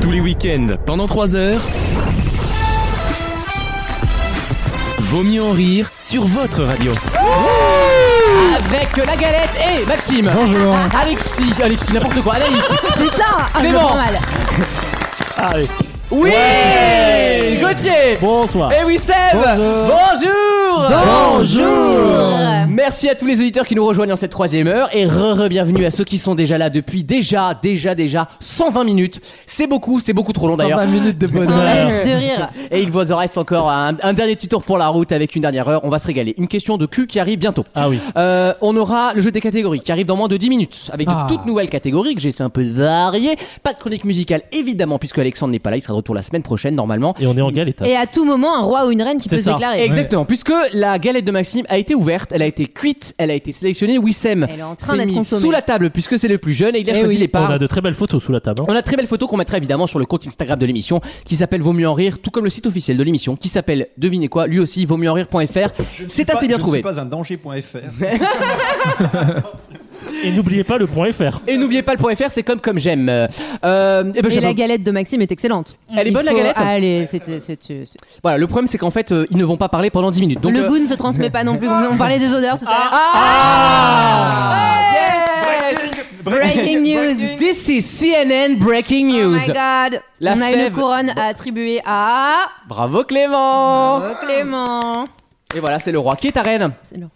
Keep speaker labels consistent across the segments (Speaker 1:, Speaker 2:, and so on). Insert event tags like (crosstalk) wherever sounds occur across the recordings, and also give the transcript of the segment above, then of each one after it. Speaker 1: Tous les week-ends, pendant 3 heures. Vaut mieux en rire sur votre radio.
Speaker 2: Avec la galette et Maxime. Bonjour. Alexis, Alexis, n'importe quoi. Anaïs.
Speaker 3: (laughs)
Speaker 4: Putain ah,
Speaker 2: Clément.
Speaker 4: je prends mal.
Speaker 3: Allez,
Speaker 2: Oui. Gauthier.
Speaker 3: bonsoir.
Speaker 2: Et oui, Seb. Bonjour.
Speaker 4: Bonjour.
Speaker 2: Merci à tous les auditeurs qui nous rejoignent en cette troisième heure et re-re-bienvenue à ceux qui sont déjà là depuis déjà, déjà, déjà 120 minutes. C'est beaucoup, c'est beaucoup trop long d'ailleurs.
Speaker 3: 20 minutes de bonheur.
Speaker 4: Arrête de rire.
Speaker 2: Et il vous en reste encore un, un dernier petit tour pour la route avec une dernière heure. On va se régaler. Une question de cul qui arrive bientôt.
Speaker 3: Ah oui.
Speaker 2: Euh, on aura le jeu des catégories qui arrive dans moins de 10 minutes avec
Speaker 3: Ah.
Speaker 2: de toutes nouvelles catégories que j'essaie un peu variées. Pas de chronique musicale évidemment puisque Alexandre n'est pas là. Il sera de retour la semaine prochaine normalement.
Speaker 3: Et on est en galette.
Speaker 4: Et à tout moment, un roi ou une reine qui
Speaker 3: C'est
Speaker 4: peut se
Speaker 3: ça.
Speaker 4: déclarer.
Speaker 2: Exactement, puisque la galette de Maxime a été ouverte, elle a été cuite, elle a été sélectionnée. Wissem
Speaker 4: Elle est en train
Speaker 2: s'est
Speaker 4: d'être
Speaker 2: mis
Speaker 4: consommée.
Speaker 2: sous la table puisque c'est le plus jeune et il a
Speaker 3: Eh
Speaker 2: choisi
Speaker 3: oui.
Speaker 2: les
Speaker 5: Ah.
Speaker 2: parts.
Speaker 3: On a de très belles photos sous la table. hein.
Speaker 2: On a de très belle photo qu'on mettra évidemment sur le compte Instagram de l'émission qui s'appelle Vaut mieux en rire, tout comme le site officiel de l'émission qui s'appelle, devinez quoi, lui aussi, vaut mieux en rire.fr. C'est assez bien trouvé.
Speaker 6: C'est pas un danger.fr.
Speaker 3: Et n'oubliez pas le point
Speaker 4: (laughs)
Speaker 3: FR.
Speaker 2: Et n'oubliez pas le point .fr, c'est comme comme j'aime. Euh, euh, eh ben,
Speaker 4: Et
Speaker 2: j'aime-
Speaker 4: la galette de Maxime est excellente.
Speaker 2: Elle est bonne,
Speaker 4: Il
Speaker 2: la
Speaker 4: faut-
Speaker 2: galette
Speaker 4: Allez, c'est- c'est- c'est-
Speaker 2: Voilà, le problème c'est qu'en fait euh, ils ne vont pas parler pendant 10 minutes. Donc
Speaker 4: le
Speaker 2: euh,
Speaker 4: goût ne se transmet pas non plus. On parlait des odeurs tout à l'heure. Ah.
Speaker 2: Ah Yes
Speaker 4: Breaking news.
Speaker 2: This is CNN breaking
Speaker 4: Oh
Speaker 2: news.
Speaker 4: my god.
Speaker 2: La
Speaker 4: on a
Speaker 2: fève.
Speaker 4: une couronne à attribuer à
Speaker 2: Bravo Clément.
Speaker 4: Oh, Clément.
Speaker 2: Et voilà, c'est le roi qui est ta reine.
Speaker 4: C'est long.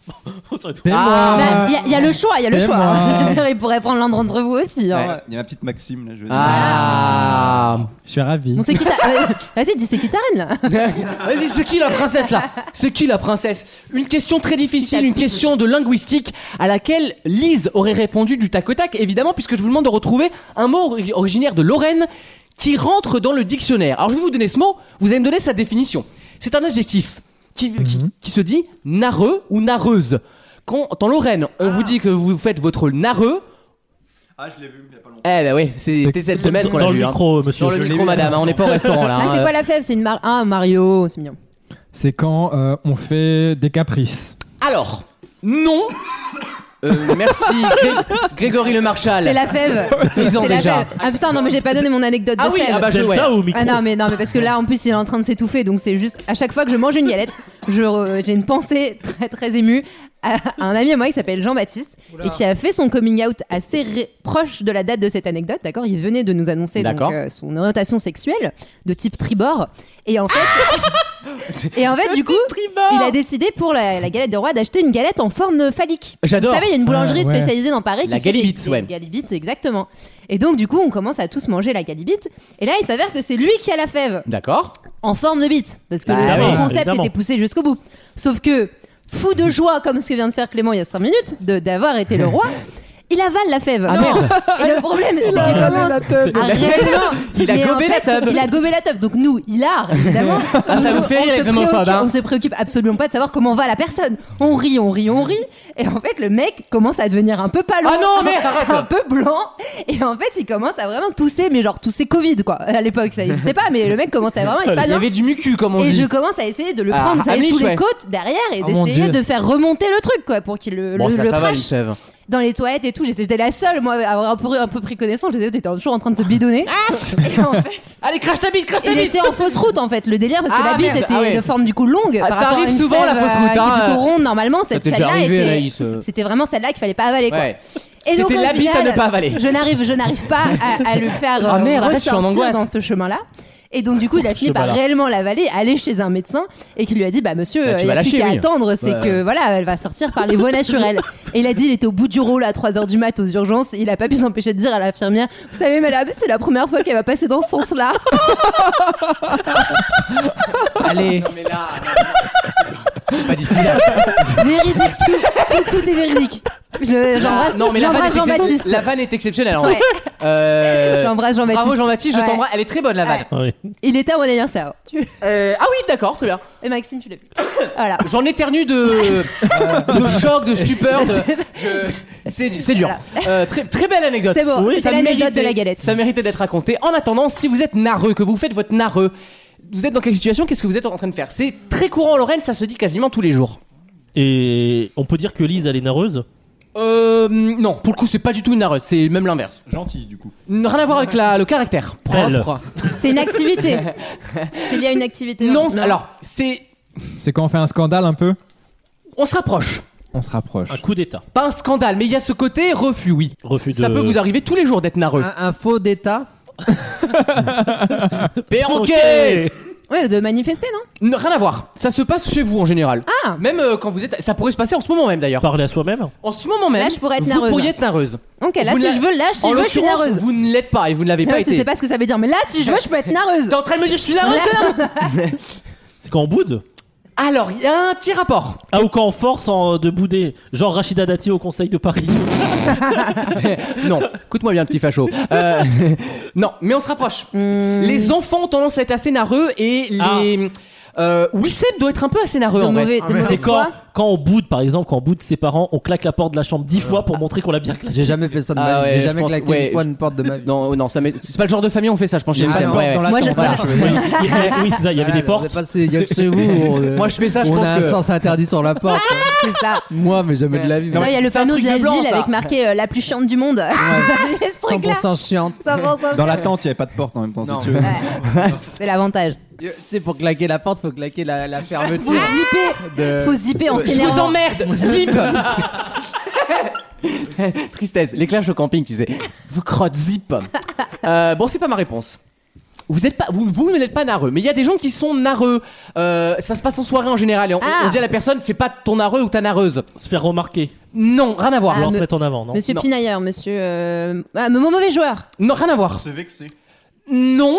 Speaker 3: On s'en est
Speaker 5: C'est
Speaker 3: trouvé.
Speaker 4: Bah,
Speaker 2: Ah.
Speaker 5: moi.
Speaker 4: Il y, a- il y a le choix, il y a le
Speaker 5: C'est
Speaker 4: choix. (laughs)
Speaker 5: moi.
Speaker 4: Je veux dire, Il pourrait prendre l'un d'entre vous aussi. hein.
Speaker 6: Il y a ma petite Maxime là, je vais
Speaker 2: Ah
Speaker 5: Je suis ravi.
Speaker 4: Bon, c'est qui ta... euh, Vas-y, dis c'est qui ta reine
Speaker 2: (laughs)
Speaker 4: là
Speaker 2: Vas-y, c'est qui la princesse là C'est qui la princesse Une question très difficile, une question de linguistique à laquelle Lise aurait répondu du tac au tac, évidemment, puisque je vous demande de retrouver un mot ori- originaire de Lorraine qui rentre dans le dictionnaire. Alors je vais vous donner ce mot, vous allez me donner sa définition. C'est un adjectif qui, qui,
Speaker 3: Mhm.
Speaker 2: qui se dit nareux ou nareuse. Quand en Lorraine, on vous dit que vous faites votre nareux,
Speaker 6: dire. Ah, je l'ai vu il y a pas longtemps.
Speaker 2: eh ben oui, c'est- c'était cette semaine qu'on l'a
Speaker 3: Dans le
Speaker 2: vu. hein.
Speaker 3: micro, monsieur.
Speaker 2: Sur le
Speaker 3: Je l'ai
Speaker 2: micro,
Speaker 3: vu.
Speaker 2: madame, hein, on n'est pas au restaurant là.
Speaker 4: Ah, c'est
Speaker 2: hein.
Speaker 4: quoi la fève C'est une mar... Ah, Mario, c'est mignon.
Speaker 5: C'est quand euh, on fait des caprices.
Speaker 2: Alors, non. Euh, merci, Gré- Grégory Le Marchal.
Speaker 4: C'est
Speaker 2: (laughs)
Speaker 4: la fève.
Speaker 2: 10 ans
Speaker 4: C'est la
Speaker 2: déjà.
Speaker 4: fève. Ah putain, non, mais j'ai pas donné mon anecdote
Speaker 2: Ah
Speaker 4: de
Speaker 2: oui,
Speaker 4: fève.
Speaker 2: ah bah je
Speaker 3: Delta
Speaker 2: ouais.
Speaker 3: ou micro
Speaker 4: Ah non mais non mais parce que là en plus il est en train de s'étouffer donc c'est juste à chaque fois que je mange une galette je re- j'ai une pensée très très émue à, à un ami à moi qui s'appelle Jean-Baptiste et qui a fait son coming out assez ré- proche de la date de cette anecdote d'accord il venait de nous annoncer donc,
Speaker 2: D'accord.
Speaker 4: euh, son orientation sexuelle de type tribord et en fait et en fait du coup il a décidé pour la, la galette de roi d'acheter une galette en forme phallique
Speaker 2: J'adore.
Speaker 4: vous savez il y a une boulangerie
Speaker 5: Ah, ouais.
Speaker 4: spécialisée dans Paris
Speaker 2: La
Speaker 4: qui fait des-
Speaker 2: galibite,
Speaker 4: des
Speaker 2: ouais.
Speaker 4: galibites exactement et donc du coup on commence à tous manger la galibite et là il s'avère que c'est lui qui a la fève
Speaker 2: D'accord.
Speaker 4: en forme de bite. Parce que
Speaker 2: Bah
Speaker 4: le
Speaker 2: oui,
Speaker 4: concept
Speaker 3: évidemment.
Speaker 4: était poussé jusqu'au bout. Sauf que, fou de joie, comme ce que vient de faire Clément il y a 5 minutes, de- d'avoir été le roi,
Speaker 2: (laughs)
Speaker 4: il avale la
Speaker 2: Ah
Speaker 4: fève. Et le problème, c'est qu'il commence à
Speaker 2: (laughs)
Speaker 4: réellement-
Speaker 2: Il a
Speaker 4: Mais en
Speaker 2: gobé la
Speaker 4: fait,
Speaker 2: teub.
Speaker 4: Il a gobé la teub. Donc nous, il a, évidemment.
Speaker 2: (laughs) Ah, ça
Speaker 4: nous,
Speaker 2: vous fait
Speaker 4: on
Speaker 2: rire,
Speaker 4: se
Speaker 2: les homophobes,
Speaker 4: préoccupe-
Speaker 2: hein.
Speaker 4: On se préoccupe absolument pas de savoir comment va la personne. On rit, on rit, on rit. Et en fait, le mec commence à devenir un peu pâle.
Speaker 2: Ah non, mais arrête.
Speaker 4: Un peu blanc. Et en fait, il commence à vraiment tousser, mais genre tousser Covid, quoi. À l'époque, ça n'existait pas, mais le mec commence à vraiment
Speaker 2: (laughs)
Speaker 4: être
Speaker 2: Il y
Speaker 4: pâle.
Speaker 2: avait du mucu comme on
Speaker 4: Bah Et
Speaker 2: dit.
Speaker 4: je commence à essayer de le
Speaker 2: Ah,
Speaker 4: prendre vous savez,
Speaker 2: Amish,
Speaker 4: sous
Speaker 2: ouais.
Speaker 4: les côtes derrière et
Speaker 2: Oh mon
Speaker 4: d'essayer
Speaker 2: Dieu.
Speaker 4: de faire remonter le truc quoi pour qu'il le,
Speaker 2: Bon,
Speaker 4: le,
Speaker 2: ça,
Speaker 4: le
Speaker 2: ça va, une
Speaker 4: crache
Speaker 2: sève.
Speaker 4: dans les toilettes et tout. J'étais j'étais la seule moi à avoir un peu, un peu pris connaissance. J'étais j'étais toujours en train de se bidonner.
Speaker 2: Ah
Speaker 4: (laughs) et en fait,
Speaker 2: Allez, crache ta bite, crache ta
Speaker 4: il
Speaker 2: bite.
Speaker 4: était en fausse route en fait le délire parce que
Speaker 2: Ah,
Speaker 4: la bite
Speaker 2: merde.
Speaker 4: était
Speaker 2: Ah ouais.
Speaker 4: de forme du coup longue.
Speaker 2: Ah,
Speaker 4: par
Speaker 2: ça
Speaker 4: rapport à
Speaker 2: arrive
Speaker 4: une
Speaker 2: souvent, la
Speaker 4: fève,
Speaker 2: fausse
Speaker 4: euh,
Speaker 2: route,
Speaker 4: qui est
Speaker 2: hein.
Speaker 4: plutôt ronde normalement.
Speaker 2: Ça
Speaker 4: cette-
Speaker 2: t'est déjà
Speaker 4: celle-là
Speaker 2: arrivé,
Speaker 4: était-
Speaker 2: Anaïs, euh.
Speaker 4: C'était vraiment celle-là qu'il fallait pas avaler quoi.
Speaker 2: Ouais.
Speaker 4: Et donc,
Speaker 2: C'était
Speaker 4: au
Speaker 2: la bite
Speaker 4: final,
Speaker 2: à ne pas avaler.
Speaker 4: Je n'arrive, je n'arrive pas à, à le faire euh,
Speaker 2: Ah merde, arrête, je suis (laughs) en
Speaker 4: ressortir
Speaker 2: angoisse.
Speaker 4: dans ce chemin-là. Et donc du coup, il a fini par
Speaker 3: chemin-là.
Speaker 4: réellement l'avaler, aller chez un médecin et qui lui a dit, bah monsieur,
Speaker 2: Bah, tu
Speaker 4: euh, il
Speaker 2: vas
Speaker 4: a plus
Speaker 2: lâcher,
Speaker 4: qu'à
Speaker 2: oui.
Speaker 4: attendre, c'est
Speaker 2: Ouais.
Speaker 4: que voilà, elle va sortir par les voies naturelles. Et il a dit, il était au bout du rôle à 3h du mat aux urgences, il a pas pu s'empêcher de dire à l'infirmière, vous savez madame, c'est la première fois qu'elle va passer dans ce sens-là.
Speaker 2: Allez. Non, mais là. C'est pas difficile.
Speaker 4: véridique, tout, tout- tout est véridique. Je- J'embrasse
Speaker 2: non, mais la vanne,
Speaker 4: j'embrasse
Speaker 2: est exceptionnelle.
Speaker 4: Jean-Baptiste.
Speaker 2: la vanne est exceptionnelle. alors.
Speaker 4: Ouais,
Speaker 2: Euh,
Speaker 4: (laughs) j'embrasse Jean-Baptiste.
Speaker 2: Bravo Jean-Baptiste, je
Speaker 4: Ouais.
Speaker 2: t'embrasse. Elle est très bonne la vanne.
Speaker 4: Ouais.
Speaker 3: Ah oui.
Speaker 4: Il était à mon anniversaire. Tu-
Speaker 2: Euh, ah oui, d'accord, très bien.
Speaker 4: Et Maxime, tu l'as vu. (coughs) Voilà.
Speaker 2: J'en éternue de, de choc, de stupeur. de- je- C'est c'est dur. Euh, très, très belle anecdote.
Speaker 4: C'est beau, c'était
Speaker 2: Ça
Speaker 4: l'anecdote
Speaker 2: méritait-
Speaker 4: de la galette.
Speaker 2: Ça méritait d'être raconté. En attendant, si vous êtes nareux, que vous faites votre nareux, vous êtes dans quelle situation Qu'est-ce que vous êtes en train de faire C'est très courant en Lorraine, ça se dit quasiment tous les jours.
Speaker 3: Et on peut dire que Lise, elle est narreuse.
Speaker 2: Euh, non, pour le coup, c'est pas du tout une nareuse, c'est même l'inverse.
Speaker 6: Gentil du coup.
Speaker 2: Rien à voir avec la- le caractère propre.
Speaker 4: C'est
Speaker 2: (laughs)
Speaker 4: une activité. C'est lié à une activité.
Speaker 2: Non, alors, c'est.
Speaker 5: C'est quand on fait un scandale un peu
Speaker 2: On se rapproche.
Speaker 5: On se rapproche.
Speaker 3: Un coup d'état.
Speaker 2: Pas un scandale, mais il y a ce côté refus, oui.
Speaker 3: Refus
Speaker 2: Ça
Speaker 3: de-
Speaker 2: peut vous arriver tous les jours d'être narreux.
Speaker 7: Un, un
Speaker 2: (laughs)
Speaker 7: faux d'état.
Speaker 2: Perroquet
Speaker 4: Ouais, de manifester, non
Speaker 2: Non, Rien à voir. Ça se passe chez vous en général.
Speaker 4: Ah.
Speaker 2: Même euh, quand vous êtes. Ça pourrait se passer en ce moment même d'ailleurs.
Speaker 3: Parler à soi-même
Speaker 2: En ce moment même,
Speaker 4: Là, je pourrais être
Speaker 2: vous
Speaker 4: narreuse.
Speaker 2: pourriez être narreuse.
Speaker 4: Ok, là,
Speaker 2: Vous
Speaker 4: si
Speaker 2: la-
Speaker 4: je veux, là, si
Speaker 2: en
Speaker 4: je veux, je suis
Speaker 2: l'occurrence,
Speaker 4: narreuse.
Speaker 2: vous ne l'êtes pas et vous ne l'avez
Speaker 4: Mais
Speaker 2: pas
Speaker 4: ouais, je
Speaker 2: été.
Speaker 4: sais pas ce que ça veut dire, mais là, si je veux, je peux être nareuse.
Speaker 2: T'es en train de me dire je suis narreuse
Speaker 4: Là-
Speaker 2: t'es là
Speaker 3: C'est quand on boude
Speaker 2: Alors, il y a un petit rapport.
Speaker 3: Ah, ou quand on force en- de bouder. Genre Rachida Dati au Conseil
Speaker 4: (laughs)
Speaker 3: de Paris.
Speaker 2: Non, écoute-moi bien, petit facho. Euh, (laughs) non, mais on se rapproche. Les enfants ont tendance à être assez narreux et les.
Speaker 7: Ah.
Speaker 2: Euh, Wissem doit être un peu assez narreux
Speaker 4: De
Speaker 2: en vrai. Ah,
Speaker 4: mauvais- de
Speaker 7: mais
Speaker 4: mauvaise
Speaker 3: C'est quand,
Speaker 4: foi.
Speaker 3: quand on boude, par exemple, quand on boude ses parents, on claque la porte de la chambre dix fois pour montrer qu'on l'a
Speaker 4: (laughs)
Speaker 3: bien claqué.
Speaker 7: J'ai jamais fait ça de ma
Speaker 2: Ah
Speaker 7: vie.
Speaker 2: ouais,
Speaker 7: J'ai
Speaker 2: je
Speaker 7: jamais
Speaker 2: pense-
Speaker 7: claqué
Speaker 2: ouais,
Speaker 7: une fois
Speaker 2: je-
Speaker 7: une porte de ma vie.
Speaker 2: Non, non, ça m'est- c'est pas le genre de famille où on fait ça, je pense.
Speaker 7: Il y
Speaker 2: Chez
Speaker 7: a une
Speaker 2: Wissem.
Speaker 7: porte
Speaker 2: Ouais, ouais.
Speaker 7: Ah dans la
Speaker 2: Moi,
Speaker 7: chambre,
Speaker 2: je- voilà.
Speaker 7: là, je veux dire.
Speaker 3: (laughs) oui, c'est ça, il y avait
Speaker 7: Voilà,
Speaker 3: des portes.
Speaker 7: c'est pas- c'est- il y a que chez vous. on- euh,
Speaker 2: Moi, je fais ça, je
Speaker 7: on
Speaker 2: pense
Speaker 7: a un
Speaker 2: que-
Speaker 7: sens interdit sur la porte.
Speaker 4: C'est ça.
Speaker 7: Moi, mais jamais de la vie.
Speaker 2: Non,
Speaker 4: Là, il y a le
Speaker 2: c'est un
Speaker 4: panneau
Speaker 2: truc
Speaker 4: de la
Speaker 2: de blanc,
Speaker 4: ville
Speaker 2: ça.
Speaker 4: avec marqué euh, la plus chiante du monde. (laughs) C'est ce truc-là.
Speaker 7: 100% chiante.
Speaker 4: 100%.
Speaker 6: (laughs) Dans la tente, il n'y avait pas de porte en même temps.
Speaker 7: Non.
Speaker 6: Si tu veux.
Speaker 2: Ah.
Speaker 4: Ouais. C'est l'avantage.
Speaker 7: Tu sais, pour claquer la porte, faut claquer la, la fermeture.
Speaker 4: Faut zipper.
Speaker 7: de-
Speaker 4: Faut zipper en
Speaker 2: Ah Je vous (laughs)
Speaker 4: s'énervant.
Speaker 2: emmerde, zip Tristesse, les clashs au camping, tu sais. Vous crotte, zip Euh, Bon, c'est pas ma réponse. Vous n'êtes pas, vous, vous n'êtes pas narreux, mais il y a des gens qui sont narreux. Euh, ça se passe en soirée en général et on,
Speaker 4: Ah.
Speaker 2: on dit à la personne fais pas ton narreux ou ta narreuse.
Speaker 3: Se faire remarquer.
Speaker 2: Non, rien à voir.
Speaker 3: Ou alors
Speaker 4: me-
Speaker 3: se mettre en avant, non
Speaker 4: Ah, Monsieur
Speaker 2: Non.
Speaker 4: Pinailleur, monsieur. euh, Ah, mon mauvais joueur.
Speaker 2: Non, rien à voir.
Speaker 6: Se vexer.
Speaker 2: Non,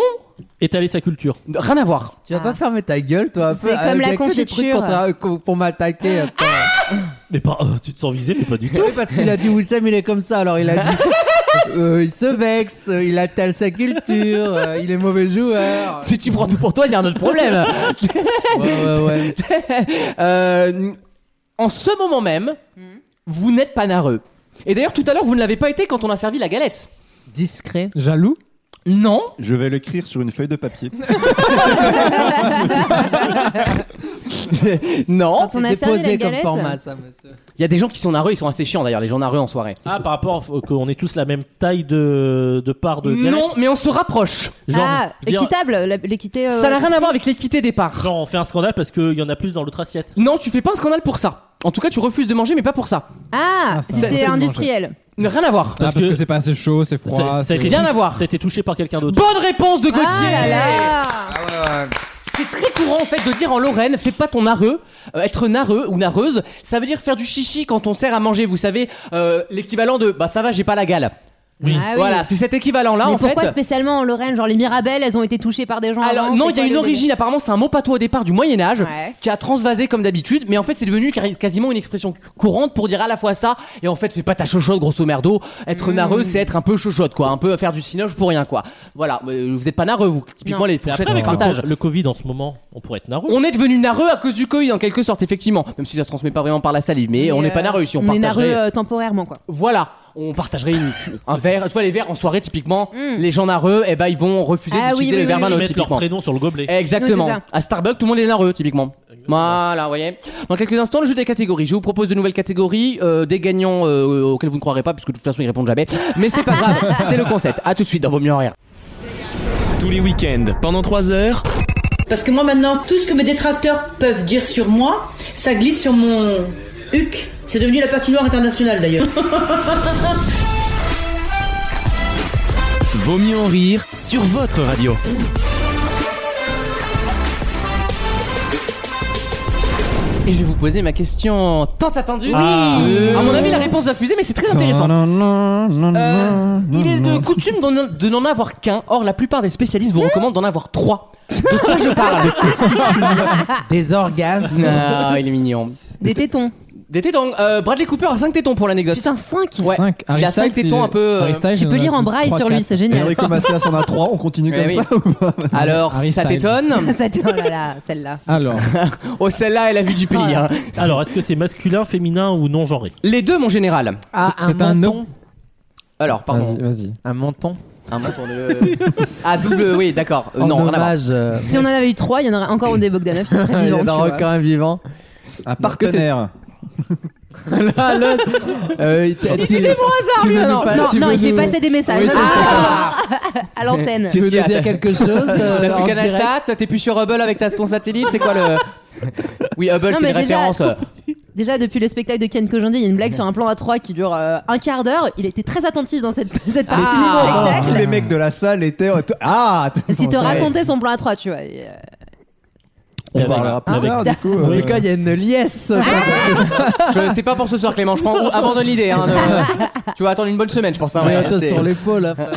Speaker 3: Étaler sa culture.
Speaker 2: rien à voir.
Speaker 7: Tu vas
Speaker 4: Ah.
Speaker 7: pas fermer ta gueule, toi, un peu Ah,
Speaker 4: C'est
Speaker 7: avec-
Speaker 4: comme la
Speaker 7: avec que des trucs
Speaker 4: confiture.
Speaker 7: contre- euh, co- pour m'attaquer. attends.
Speaker 3: Mais pas, euh, tu te sens visé, mais pas
Speaker 4: (laughs)
Speaker 3: du tout.
Speaker 7: euh, Oui, parce qu'il a dit Wissam, il est comme ça, alors il a dit. euh, il se vexe, euh, il attale sa culture, euh, il est mauvais joueur.
Speaker 2: Si tu prends tout pour toi, il y a un autre problème.
Speaker 7: Ouais, ouais, ouais.
Speaker 2: Euh, en ce moment même, vous n'êtes pas narreux. Et d'ailleurs, tout à l'heure, vous ne l'avez pas été quand on a servi la galette.
Speaker 7: Discret.
Speaker 5: Jaloux
Speaker 2: Non,
Speaker 6: Je vais l'écrire sur une feuille
Speaker 2: (laughs)
Speaker 6: de papier.
Speaker 2: non. Oh,
Speaker 4: Quand on a
Speaker 7: C'est
Speaker 4: servi la
Speaker 7: posé comme
Speaker 4: galette.
Speaker 7: format, ça, monsieur.
Speaker 2: Il y a des gens qui sont narreux, ils sont assez chiants d'ailleurs, les gens narreux en soirée.
Speaker 3: Ah, par rapport au- qu'on est tous la même taille de, de part de galette.
Speaker 2: Non, mais on se rapproche.
Speaker 3: Genre,
Speaker 4: ah,
Speaker 3: je veux dire,
Speaker 4: équitable, la- l'équité. euh,
Speaker 2: Ça n'a rien à voir avec l'équité des parts.
Speaker 3: genre, on fait un scandale parce qu'il y en a plus dans l'autre assiette.
Speaker 2: Non, tu fais pas un scandale pour ça. En tout cas, tu refuses de manger, mais pas pour ça.
Speaker 4: Ah,
Speaker 5: Ah,
Speaker 4: si
Speaker 5: ça,
Speaker 4: c'est
Speaker 5: c'est le
Speaker 4: industriel.
Speaker 2: Rien à voir.
Speaker 5: Ah,
Speaker 3: Parce
Speaker 5: Parce,
Speaker 3: que-
Speaker 5: que, c'est pas assez chaud, c'est froid.
Speaker 3: Ça- ça a
Speaker 5: c'est-
Speaker 3: été
Speaker 2: Rien
Speaker 3: touché-
Speaker 2: à voir.
Speaker 3: Ça a été touché par quelqu'un d'autre.
Speaker 2: Bonne réponse de Gauthier.
Speaker 4: Ah là là.
Speaker 2: C'est très courant en fait de dire en Lorraine, fais pas ton narreux. Euh, être narreux ou narreuse, ça veut dire faire du chichi quand on sert à manger. Vous savez, euh, l'équivalent de bah ça va, j'ai pas la gale.
Speaker 3: Oui.
Speaker 4: Ah oui.
Speaker 2: Voilà, c'est cet équivalent là
Speaker 4: Mais
Speaker 2: en fait.
Speaker 4: pourquoi spécialement en Lorraine Genre les Mirabelles, elles ont été touchées par des gens.
Speaker 2: Alors
Speaker 4: avant,
Speaker 2: non, il y
Speaker 4: c'est
Speaker 2: a
Speaker 4: quoi
Speaker 2: une
Speaker 4: le
Speaker 2: origine. Apparemment, c'est un mot patois au départ du Moyen Âge
Speaker 4: Ouais.
Speaker 2: qui a transvasé comme d'habitude, mais en fait, c'est devenu cari- quasiment une expression cu- courante pour dire à la fois ça et en fait, fais pas ta chochotte, grosso merdo.
Speaker 4: Mmh.
Speaker 2: Être narreux, c'est être un peu chochotte, quoi, un peu faire du cinoche pour rien, quoi. Voilà, euh, vous êtes pas narreux, vous. Typiquement,
Speaker 4: Non.
Speaker 2: les
Speaker 3: Mais
Speaker 2: fourchettes,
Speaker 3: après,
Speaker 2: on
Speaker 3: avec le,
Speaker 2: partage.
Speaker 3: co- le Covid en ce moment, on pourrait être narreux.
Speaker 2: On est devenu narreux à cause du Covid en quelque sorte, effectivement. Même si ça se transmet pas vraiment par la salive, mais,
Speaker 4: délire
Speaker 2: on n'est
Speaker 4: Euh,
Speaker 2: pas narreux si on,
Speaker 4: On est narreux
Speaker 2: partagerait.
Speaker 4: euh, temporairement, quoi.
Speaker 2: Voilà, on partagerait
Speaker 4: (laughs)
Speaker 2: une- un verre. Tu vois les verres en soirée typiquement, les gens narreux, eh ben ils vont refuser
Speaker 4: Mmh. Ah oui,
Speaker 2: d'utiliser
Speaker 4: oui,
Speaker 2: les
Speaker 4: oui,
Speaker 2: verres
Speaker 4: oui,
Speaker 2: vins,
Speaker 3: Ils
Speaker 2: l'autre,
Speaker 3: mettent leur
Speaker 2: typiquement.
Speaker 3: prénom sur le gobelet.
Speaker 2: Exactement.
Speaker 4: Oui, c'est ça.
Speaker 2: à Starbucks, tout le monde est narreux, typiquement. Voilà, vous voyez. Dans quelques instants, le jeu des catégories. Je vous propose de nouvelles catégories, euh, des gagnants euh, auxquels vous ne croirez pas, puisque de toute façon ils répondent jamais. Mais c'est pas grave,
Speaker 4: (laughs)
Speaker 2: c'est le concept. À tout de suite dans Vaut mieux en rire.
Speaker 3: hein.
Speaker 1: Tous les week-ends, pendant 3 heures.
Speaker 8: Parce que moi maintenant, tout ce que mes détracteurs peuvent dire sur moi, ça glisse sur mon huc. C'est devenu la patinoire internationale
Speaker 2: (laughs)
Speaker 8: d'ailleurs.
Speaker 1: Vaut mieux en rire sur votre radio.
Speaker 2: Et je vais vous poser ma question tant attendue. Euh, À mon avis, la réponse va fuser, mais c'est très intéressant. Euh, il est de coutume d'en- de n'en avoir qu'un. Or, la plupart des spécialistes vous recommandent d'en avoir trois. De quoi je parle
Speaker 7: Des
Speaker 4: Ah,
Speaker 7: (laughs) orgasmes.
Speaker 2: Non, Ah, il est mignon.
Speaker 4: Des tétons.
Speaker 2: Des tétons. Euh, Bradley Cooper a 5 tétons pour l'anecdote.
Speaker 4: Putain, 5
Speaker 2: Ouais.
Speaker 5: Cinq.
Speaker 2: Il
Speaker 5: Harry
Speaker 2: a cinq
Speaker 5: Styles,
Speaker 2: tétons
Speaker 5: il-
Speaker 2: un peu, euh,
Speaker 5: Harry Styles,
Speaker 4: Tu
Speaker 5: il
Speaker 4: peux
Speaker 5: en a
Speaker 4: lire en
Speaker 5: plus
Speaker 4: braille
Speaker 5: trois,
Speaker 4: sur lui,
Speaker 5: quatre.
Speaker 4: c'est génial.
Speaker 6: Enrico Macias en a 3, on continue
Speaker 2: Eh
Speaker 6: comme
Speaker 2: oui.
Speaker 6: ça
Speaker 2: (laughs)
Speaker 6: ou pas
Speaker 2: Alors,
Speaker 5: Harry
Speaker 2: ça
Speaker 5: Styles.
Speaker 2: t'étonne
Speaker 4: (laughs) Ça dit, oh là là, celle-là.
Speaker 5: Alors,
Speaker 2: Oh, celle-là, elle a vu du pays. hein.
Speaker 3: Alors, est-ce que c'est masculin, féminin ou non genré
Speaker 2: Les deux, mon général.
Speaker 7: Ah,
Speaker 5: C'est- c'est un
Speaker 7: menton.
Speaker 2: Alors, pardon.
Speaker 5: vas-y, vas-y.
Speaker 7: Un menton.
Speaker 2: Un menton de... Ah, double, oui, d'accord. Euh,
Speaker 7: En
Speaker 2: non, rien à voir.
Speaker 7: hommage.
Speaker 2: (laughs)
Speaker 7: euh,
Speaker 4: Si on en avait eu
Speaker 2: bah,
Speaker 4: 3, il y en aurait encore au des Bogdanov qui serait
Speaker 7: il y (laughs)
Speaker 4: vivant.
Speaker 7: en
Speaker 4: tu
Speaker 7: aura
Speaker 4: vois.
Speaker 7: encore un vivant.
Speaker 6: Un partenaire.
Speaker 7: Là, l'autre.
Speaker 2: (laughs)
Speaker 7: Euh, C'était mon hasard,
Speaker 4: Ah, non, non, non, il fait passer des messages
Speaker 7: Oui, c'est
Speaker 4: Ah (laughs) à l'antenne.
Speaker 7: Tu
Speaker 2: Qu'est-ce
Speaker 7: veux nous
Speaker 2: qu'il y a (laughs)
Speaker 7: dire quelque chose euh,
Speaker 2: T'as
Speaker 7: en
Speaker 2: plus Canal
Speaker 7: direct
Speaker 2: Chat, t'es plus sur Hubble avec ta, ton satellite, c'est quoi le. Oui, Hubble,
Speaker 4: Non,
Speaker 2: c'est
Speaker 4: mais
Speaker 2: une
Speaker 4: déjà-
Speaker 2: référence.
Speaker 4: Déjà, depuis le spectacle de Ken Kojandi, il y a une blague sur un plan à 3 qui dure euh, un quart d'heure. Il était très attentif dans cette, (laughs) cette partie
Speaker 2: Ah. oh,
Speaker 4: du
Speaker 6: Tous
Speaker 4: spectacle.
Speaker 6: les mecs de la salle étaient. Ah
Speaker 4: Si te racontais son plan à 3 tu vois. et, euh,
Speaker 6: On parlera plus
Speaker 4: Avec-
Speaker 6: tard, du coup.
Speaker 7: En
Speaker 6: euh,
Speaker 7: tout cas, il y a une liesse. euh,
Speaker 2: Je- C'est pas pour ce soir, Clément, je prends. ou Abandonne l'idée. Hein, ne- Tu vas attendre une bonne semaine, je pense. hein,
Speaker 7: Mais
Speaker 2: ouais,
Speaker 7: attends,
Speaker 2: c'est- Oh,
Speaker 7: sur
Speaker 2: (laughs)
Speaker 7: l'épaule. là, frère.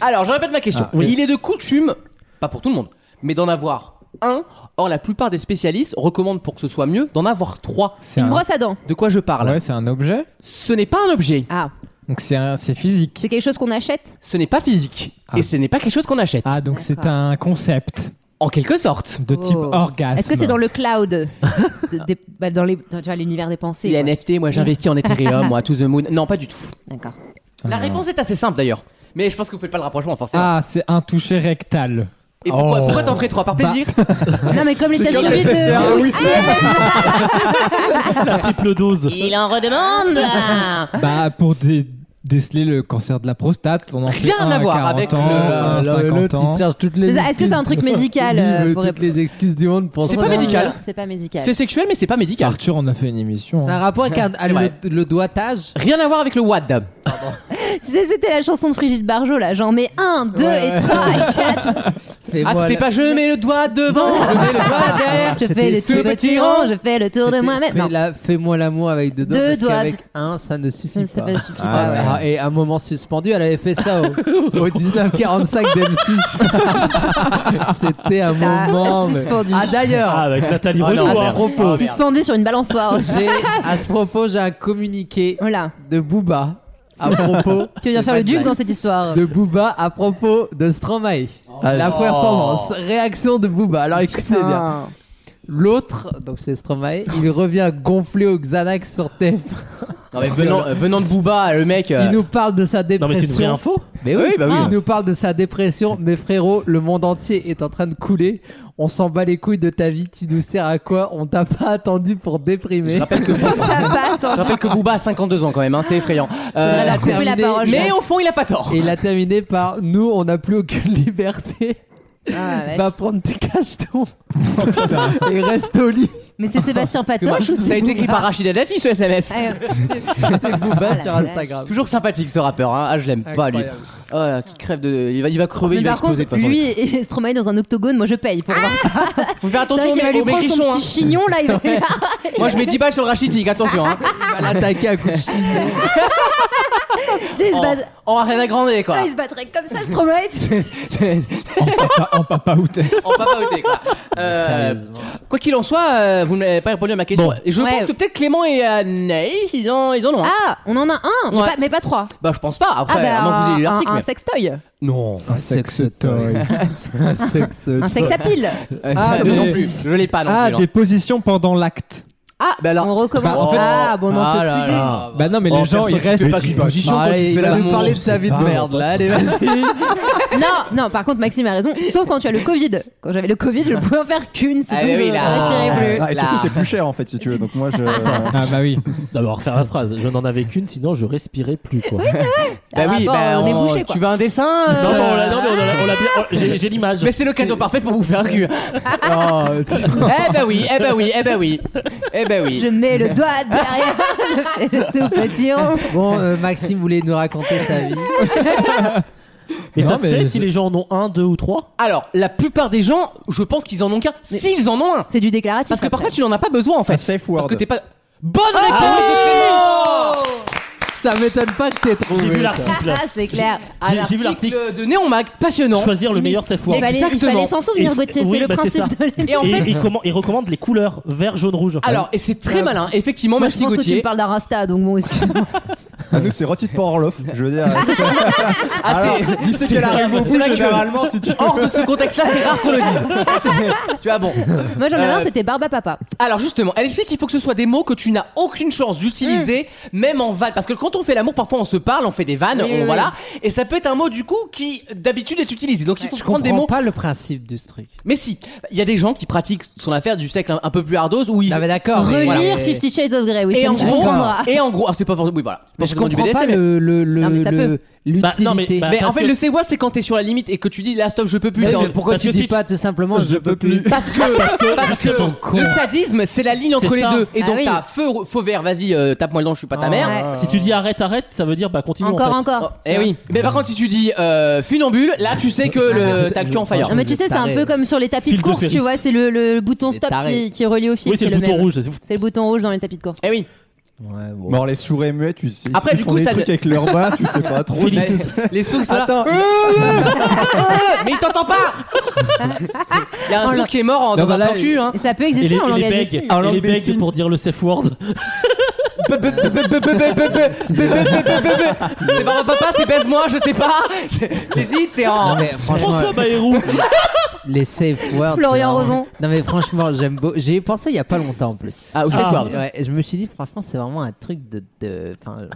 Speaker 2: Alors, je répète ma question.
Speaker 5: Ah, oui.
Speaker 2: Il est de coutume, pas pour tout le monde, mais d'en avoir un. Or, la plupart des spécialistes recommandent pour que ce soit mieux d'en avoir trois.
Speaker 5: C'est
Speaker 4: Une
Speaker 5: un...
Speaker 4: brosse à dents.
Speaker 2: De quoi je parle
Speaker 5: Ouais, c'est un objet.
Speaker 2: Ce n'est pas un objet,
Speaker 4: Ah,
Speaker 5: Donc c'est un- c'est physique.
Speaker 4: c'est quelque chose qu'on achète
Speaker 2: ce n'est pas physique,
Speaker 5: Ah.
Speaker 2: et ce n'est pas quelque chose qu'on achète.
Speaker 5: Ah, donc c'est
Speaker 4: D'accord.
Speaker 5: un concept
Speaker 2: En quelque sorte.
Speaker 5: de type
Speaker 4: Oh.
Speaker 5: orgasme.
Speaker 4: Est-ce que c'est dans le cloud de- des- bah, Dans les- dans, tu vois, l'univers des pensées.
Speaker 2: Les
Speaker 4: quoi.
Speaker 2: NFT, moi j'investis en Ethereum, moi, to the moon. Non, pas du tout.
Speaker 4: D'accord.
Speaker 2: La réponse est assez simple d'ailleurs. Mais je pense que vous faites pas le rapprochement forcément.
Speaker 5: Ah, c'est un toucher rectal.
Speaker 2: Et pourquoi,
Speaker 4: Oh.
Speaker 2: pourquoi t'en ferais trois
Speaker 4: Bah,
Speaker 2: Par plaisir
Speaker 4: Non, mais comme les tests
Speaker 6: comme les
Speaker 4: Covid.
Speaker 6: tests
Speaker 4: euh,
Speaker 6: Covid.
Speaker 4: Bruce-
Speaker 3: Triple dose.
Speaker 2: Il en redemande
Speaker 5: Bah, pour dé- déceler le cancer de la prostate, on en fait
Speaker 2: Rien
Speaker 5: un
Speaker 2: à voir
Speaker 5: à 40
Speaker 2: avec
Speaker 5: ans,
Speaker 2: le-
Speaker 5: un à
Speaker 7: Euh, là,
Speaker 5: 50
Speaker 7: L'autre, il
Speaker 5: ans.
Speaker 7: te cherche toutes les.
Speaker 4: Mais ça, est-ce que c'est un
Speaker 7: excuses.
Speaker 4: truc médical,
Speaker 7: Il
Speaker 4: euh,
Speaker 7: veut
Speaker 4: pour
Speaker 7: toutes les excuses du monde pour
Speaker 2: C'est
Speaker 7: ça.
Speaker 2: pas médical.
Speaker 4: C'est pas médical.
Speaker 2: C'est sexuel, mais c'est pas médical.
Speaker 5: Arthur, on a fait une émission.
Speaker 7: C'est un
Speaker 5: hein.
Speaker 7: rapport avec un-
Speaker 2: vrai.
Speaker 7: le, le doigtage.
Speaker 2: Rien à voir avec le WAD. Ah,
Speaker 4: Tu sais, c'était la chanson de Frigide Barjot, là. J'en mets un, deux
Speaker 7: Ouais,
Speaker 4: et trois et quatre.
Speaker 7: Et
Speaker 2: Ah,
Speaker 7: voilà.
Speaker 2: c'était pas je mets le doigt devant, je mets le
Speaker 4: (laughs)
Speaker 2: doigt derrière.
Speaker 4: Je
Speaker 7: C'était
Speaker 4: fais le
Speaker 7: tout
Speaker 4: tour de
Speaker 2: petit
Speaker 4: tyran,
Speaker 2: rond.
Speaker 4: je fais le tour de
Speaker 7: C'était-
Speaker 4: moi-même.
Speaker 7: fais
Speaker 4: Non,
Speaker 7: la- Fais-moi l'amour avec deux doigts.
Speaker 4: Deux
Speaker 7: parce
Speaker 4: doigts.
Speaker 7: qu'avec un, ça ne suffit
Speaker 4: ça, ça
Speaker 7: pas.
Speaker 4: va suffit
Speaker 5: Ah
Speaker 4: pas. ouais.
Speaker 5: ouais.
Speaker 7: Ah, et à un moment suspendu, elle avait fait ça au, au 1945 d'M6. (laughs) C'était un
Speaker 4: Ah,
Speaker 7: moment. mais-
Speaker 4: suspendu.
Speaker 7: Ah, d'ailleurs,
Speaker 3: Ah, avec Nathalie
Speaker 2: Oh non,
Speaker 3: Renaud.
Speaker 2: ah,
Speaker 3: hein.
Speaker 2: c'est propos.
Speaker 3: Ah, merde.
Speaker 4: Suspendu sur une
Speaker 7: (laughs)
Speaker 4: balançoire.
Speaker 7: j'ai- à ce propos, j'ai un communiqué
Speaker 4: Voilà.
Speaker 7: de Booba à propos.
Speaker 4: Que vient
Speaker 7: de
Speaker 4: faire le duc
Speaker 7: Bad
Speaker 4: dans
Speaker 7: Life.
Speaker 4: cette histoire
Speaker 7: De Booba à propos de Stromae. La performance. Réaction de Booba. Alors écoutez bien.
Speaker 4: Ah.
Speaker 7: L'autre, donc c'est Stromae, il revient gonflé au Xanax sur TF.
Speaker 2: Non, mais venant, euh, venant de Booba, le mec. euh,
Speaker 7: Il nous parle de sa
Speaker 3: Non, mais c'est une vraie
Speaker 7: dépression.
Speaker 3: info.
Speaker 7: Mais oui,
Speaker 2: bah oui.
Speaker 7: Il nous parle de sa dépression. Mais frérot, le monde entier est en train de couler. On s'en bat les couilles de ta vie. Tu nous sers à quoi On t'a pas attendu pour
Speaker 4: Ah.
Speaker 2: Je
Speaker 7: déprimer. (laughs)
Speaker 2: rappelle que, je
Speaker 4: T'as pas attendu.
Speaker 2: rappelle que Booba a 52 ans quand même, hein, c'est effrayant. Euh,
Speaker 4: Elle a coupé la
Speaker 7: terminé-
Speaker 4: parole.
Speaker 2: mais au fond, il a pas tort.
Speaker 7: Et il a terminé par Nous, on n'a plus aucune (laughs) liberté.
Speaker 4: Ah, ouais.
Speaker 7: Va prendre tes cachetons. et reste au lit.
Speaker 2: (laughs)
Speaker 4: Mais c'est Sébastien Patoche ou
Speaker 2: Ça a
Speaker 4: c'est
Speaker 2: été écrit par Rachida Dati, ce SMS.
Speaker 4: Ah,
Speaker 7: C'est Booba
Speaker 4: la
Speaker 7: sur
Speaker 4: vache.
Speaker 7: Instagram.
Speaker 2: Toujours sympathique ce rappeur, hein. Ah, je l'aime pas lui.
Speaker 7: Incroyable.
Speaker 2: Oh là, qui crève de. Il va, il va crever,
Speaker 4: Mais
Speaker 2: il va Ah,
Speaker 4: par
Speaker 2: exploser
Speaker 4: contre,
Speaker 2: de toute façon.
Speaker 4: lui et Stromae dans un octogone, moi je paye pour voir ça.
Speaker 2: Faut faire
Speaker 4: C'est
Speaker 2: attention
Speaker 4: vrai
Speaker 2: aux
Speaker 4: qu'il va lui
Speaker 2: mé- aux
Speaker 4: prendre son
Speaker 2: maigrichons.
Speaker 4: petit
Speaker 2: hein.
Speaker 4: chignon là. Il va
Speaker 2: (laughs)
Speaker 4: lui-
Speaker 2: Moi, je mets 10 balles sur le rachitique, attention. Hein.
Speaker 7: Il va l'attaquer à coups de chignon.
Speaker 4: Tu sais, il se
Speaker 2: En,
Speaker 4: bat-
Speaker 2: en Ariana Grande, quoi.
Speaker 4: Ah, il se battrait comme ça, Stromae.
Speaker 2: (laughs)
Speaker 5: En papa, en papa ou tel.
Speaker 2: en papauté, quoi. Euh,
Speaker 7: Sérieusement.
Speaker 2: quoi qu'il en soit, euh, vous n'avez pas répondu à ma question. Et je
Speaker 4: Ouais.
Speaker 2: pense que peut-être Clément et Anaïs, ils en, ils en ont un.
Speaker 4: Ah, on en a un, mais
Speaker 2: Ouais.
Speaker 4: pas- mais pas trois.
Speaker 2: Bah, je pense pas.
Speaker 4: Ah,
Speaker 2: Après,
Speaker 4: bah,
Speaker 2: à moins que vous ayez lu
Speaker 4: un,
Speaker 2: l'article.
Speaker 4: un
Speaker 2: mais- Euh,
Speaker 4: sextoy,
Speaker 2: Non. (laughs)
Speaker 5: Un sextoy.
Speaker 7: Un sexe.
Speaker 4: un sex appeal.
Speaker 2: Ah,
Speaker 5: des-
Speaker 2: non plus. Je l'ai pas non
Speaker 5: Ah,
Speaker 2: plus. hein.
Speaker 5: des positions pendant l'acte.
Speaker 2: Ah, bah alors.
Speaker 4: On recommande.
Speaker 5: Bah, en fait-
Speaker 4: ah, bon, on en
Speaker 7: Ah
Speaker 4: fait
Speaker 7: là
Speaker 4: plus
Speaker 7: là.
Speaker 4: d'une.
Speaker 7: Ah,
Speaker 5: Bah
Speaker 2: oh,
Speaker 5: non, mais les gens, ils restent.
Speaker 2: pas qu'une position
Speaker 7: Bah,
Speaker 2: quand
Speaker 7: allez,
Speaker 2: tu fais
Speaker 7: il va nous
Speaker 2: l'amour. Ah.
Speaker 7: parler de sa vie de
Speaker 5: pas.
Speaker 7: merde là, allez vas-y.
Speaker 4: (laughs) Non, non, par contre, Maxime a raison. Sauf quand tu as le Covid. Quand j'avais le
Speaker 2: (laughs)
Speaker 4: Covid, je ne pouvais en faire qu'une, sinon
Speaker 2: Ah, bah
Speaker 4: je
Speaker 2: oui,
Speaker 4: ne
Speaker 2: là.
Speaker 4: respirais plus.
Speaker 6: Ah, et surtout,
Speaker 2: Là.
Speaker 6: c'est plus cher en fait, si tu veux. Donc moi, je.
Speaker 2: (laughs)
Speaker 5: Ah bah (laughs) oui.
Speaker 3: D'abord, refaire la phrase. Je n'en avais qu'une, sinon je respirais plus, quoi.
Speaker 2: Bah
Speaker 4: Par
Speaker 2: oui,
Speaker 4: rapport,
Speaker 2: bah
Speaker 4: on est
Speaker 2: on-
Speaker 4: bouché, quoi.
Speaker 2: Tu veux un dessin euh,
Speaker 3: Non, mais on l'a- non, mais on l'a- on l'a bien. oh, J'ai j'ai l'image.
Speaker 2: Mais c'est l'occasion parfaite pour vous faire un (laughs) cul. eh bah oui, eh bah oui, eh bah oui. Eh bah oui.
Speaker 4: Je mets le doigt derrière, (laughs) je fais le tout petit rond.
Speaker 7: Bon, euh, Maxime voulait nous raconter sa vie.
Speaker 3: Mais ça
Speaker 5: Non, mais
Speaker 3: c'est
Speaker 5: je-
Speaker 3: si les gens en ont un, deux ou trois
Speaker 2: Alors, la plupart des gens, je pense qu'ils en ont qu'un. S'ils en ont un.
Speaker 4: C'est du déclaratif.
Speaker 2: Parce que
Speaker 4: après.
Speaker 2: parfois, tu n'en as pas besoin en
Speaker 6: Un
Speaker 2: fait.
Speaker 6: safe
Speaker 2: Parce
Speaker 6: Ah, word.
Speaker 2: que t'es pas. Bonne réponse
Speaker 7: Ça m'étonne pas que t'aies trouvé.
Speaker 3: J'ai vu
Speaker 7: ça.
Speaker 3: l'article.
Speaker 4: Ah, c'est clair.
Speaker 2: de Clément
Speaker 3: J'ai- j'ai vu
Speaker 2: L'article de Néon Mag, passionnant.
Speaker 3: Choisir le meilleur safe
Speaker 4: Il
Speaker 3: word.
Speaker 4: fallait, il
Speaker 2: Exactement.
Speaker 4: fallait s'en souvenir,
Speaker 3: Et-
Speaker 4: Gauthier.
Speaker 3: oui,
Speaker 4: c'est le
Speaker 3: bah, c'est
Speaker 4: principe
Speaker 3: ça.
Speaker 4: de l'émission.
Speaker 2: Et en
Speaker 3: Et
Speaker 2: fait-
Speaker 3: il, commen- il recommande les couleurs vert, jaune, rouge.
Speaker 2: Alors, et c'est très malin, effectivement,
Speaker 4: Moi, je
Speaker 2: merci
Speaker 4: pense que tu
Speaker 2: Gauthier.
Speaker 4: parles d'un Rasta, donc bon, excuse-moi.
Speaker 6: À Ah, nous, c'est Rotit Porloff. Je veux dire.
Speaker 2: (laughs) Ah, (laughs) c'est-
Speaker 6: Alors, d'ici qu'elle arrive au
Speaker 2: c'est
Speaker 6: bout,
Speaker 2: vrai que-
Speaker 6: généralement, si tu
Speaker 2: Hors de ce contexte-là, c'est rare qu'on le dise. tu vois, bon.
Speaker 4: Moi j'en avais
Speaker 2: Euh,
Speaker 4: un, c'était Barba Papa.
Speaker 2: Alors justement, elle explique qu'il faut que ce soit des mots que tu n'as aucune chance d'utiliser, même en vanne. Parce que quand on fait l'amour, parfois on se parle, on fait des vannes,
Speaker 4: Oui,
Speaker 2: on-
Speaker 4: oui,
Speaker 2: voilà. Et ça peut être un mot du coup qui d'habitude est utilisé. Donc il faut
Speaker 7: Je
Speaker 2: prendre des
Speaker 7: comprends
Speaker 2: mots.
Speaker 7: pas le principe de ce truc.
Speaker 2: Mais si, il y a des gens qui pratiquent son affaire du siècle un, un peu plus hardos où ils...
Speaker 7: Non, mais d'accord. mais voilà.
Speaker 4: Relire Fifty Shades of Grey, oui,
Speaker 2: et,
Speaker 4: ça
Speaker 2: en
Speaker 4: me
Speaker 2: gros,
Speaker 4: comprendra.
Speaker 2: et en gros, ah, c'est pas forcément, oui voilà,
Speaker 7: Mais je
Speaker 2: Pas forcément
Speaker 7: comprends
Speaker 2: du
Speaker 7: pas
Speaker 2: BDSM, mais-
Speaker 7: le, le, le,
Speaker 4: Non, mais ça
Speaker 7: le-
Speaker 4: peut.
Speaker 3: Bah, non, mais-
Speaker 7: l'utilité.
Speaker 3: bah,
Speaker 2: Mais en
Speaker 3: parce
Speaker 2: fait,
Speaker 3: que-
Speaker 2: le c'est quoi, c'est quand t'es sur la limite et que tu dis là stop, je peux plus.
Speaker 7: Mais
Speaker 2: dans-
Speaker 7: pourquoi
Speaker 3: parce
Speaker 7: tu
Speaker 3: que
Speaker 7: dis
Speaker 3: si-
Speaker 7: pas tout simplement je peux plus
Speaker 2: Parce que, parce que
Speaker 3: Ils sont cons.
Speaker 2: le sadisme, c'est la ligne entre
Speaker 3: C'est
Speaker 2: les
Speaker 3: ça.
Speaker 2: deux. Et
Speaker 4: Ah
Speaker 2: donc
Speaker 4: oui.
Speaker 2: t'as feu, faux vert, vas-y, euh, tape-moi le dent, je suis pas ta
Speaker 7: Ah,
Speaker 2: mère.
Speaker 4: Ouais.
Speaker 3: Si tu dis arrête, arrête, ça veut dire bah continue. en
Speaker 4: Encore,
Speaker 3: fait.
Speaker 4: encore.
Speaker 2: Eh oui. Mais par contre, si tu dis euh, funambule, là tu sais que
Speaker 7: Ah,
Speaker 2: le, t'as le cul en fire.
Speaker 4: Non, mais tu sais, c'est un peu comme sur les tapis de
Speaker 3: Fil de
Speaker 4: course, tu
Speaker 3: feriste.
Speaker 4: vois, c'est le, le bouton
Speaker 7: Des
Speaker 4: stop
Speaker 7: tarés.
Speaker 4: qui, qui est relié au fil.
Speaker 3: Oui, c'est le
Speaker 4: même.
Speaker 3: bouton rouge. c'est fou.
Speaker 4: C'est le bouton rouge dans les tapis de course.
Speaker 2: Eh oui.
Speaker 7: Ouais, bon.
Speaker 6: Bon, les sourds et muets, tu sais.
Speaker 2: Après,
Speaker 6: ils
Speaker 2: du
Speaker 6: font
Speaker 2: coup,
Speaker 6: des
Speaker 2: ça
Speaker 6: trucs
Speaker 2: ne-
Speaker 6: avec leur bas, tu sais pas trop.
Speaker 2: Mais- les sons qui sont là.
Speaker 6: Attends,
Speaker 7: Ah,
Speaker 2: Euh, Mais il t'entend pas Il y
Speaker 7: Oh
Speaker 2: a un sourd qui est mort en, dans
Speaker 6: bah
Speaker 2: un
Speaker 6: là,
Speaker 2: plan cul, hein. (laughs)
Speaker 4: Et ça peut
Speaker 3: Et
Speaker 4: exister en
Speaker 3: les, et les
Speaker 4: langage des
Speaker 3: begs,
Speaker 4: signes.
Speaker 6: En
Speaker 3: et les
Speaker 6: langue des
Speaker 3: begs
Speaker 6: signes.
Speaker 3: pour dire le safe word.
Speaker 6: (laughs)
Speaker 2: C'est pas papa, c'est baise-moi, je sais
Speaker 7: (laughs)
Speaker 2: pas. T'hésites, t'es
Speaker 7: Non
Speaker 2: en. (laughs)
Speaker 7: mais franchement,
Speaker 3: François Bayrou.
Speaker 7: les safe words.
Speaker 4: Florian
Speaker 7: c'est vraiment-
Speaker 4: Rozon.
Speaker 7: Non mais franchement, j'aime beau. J'y ai pensé il y a pas longtemps en plus.
Speaker 2: Ah, ou c'est
Speaker 3: Ah.
Speaker 2: soir.
Speaker 7: Ouais, et je me suis dit franchement, c'est vraiment un truc de. de- Enfin,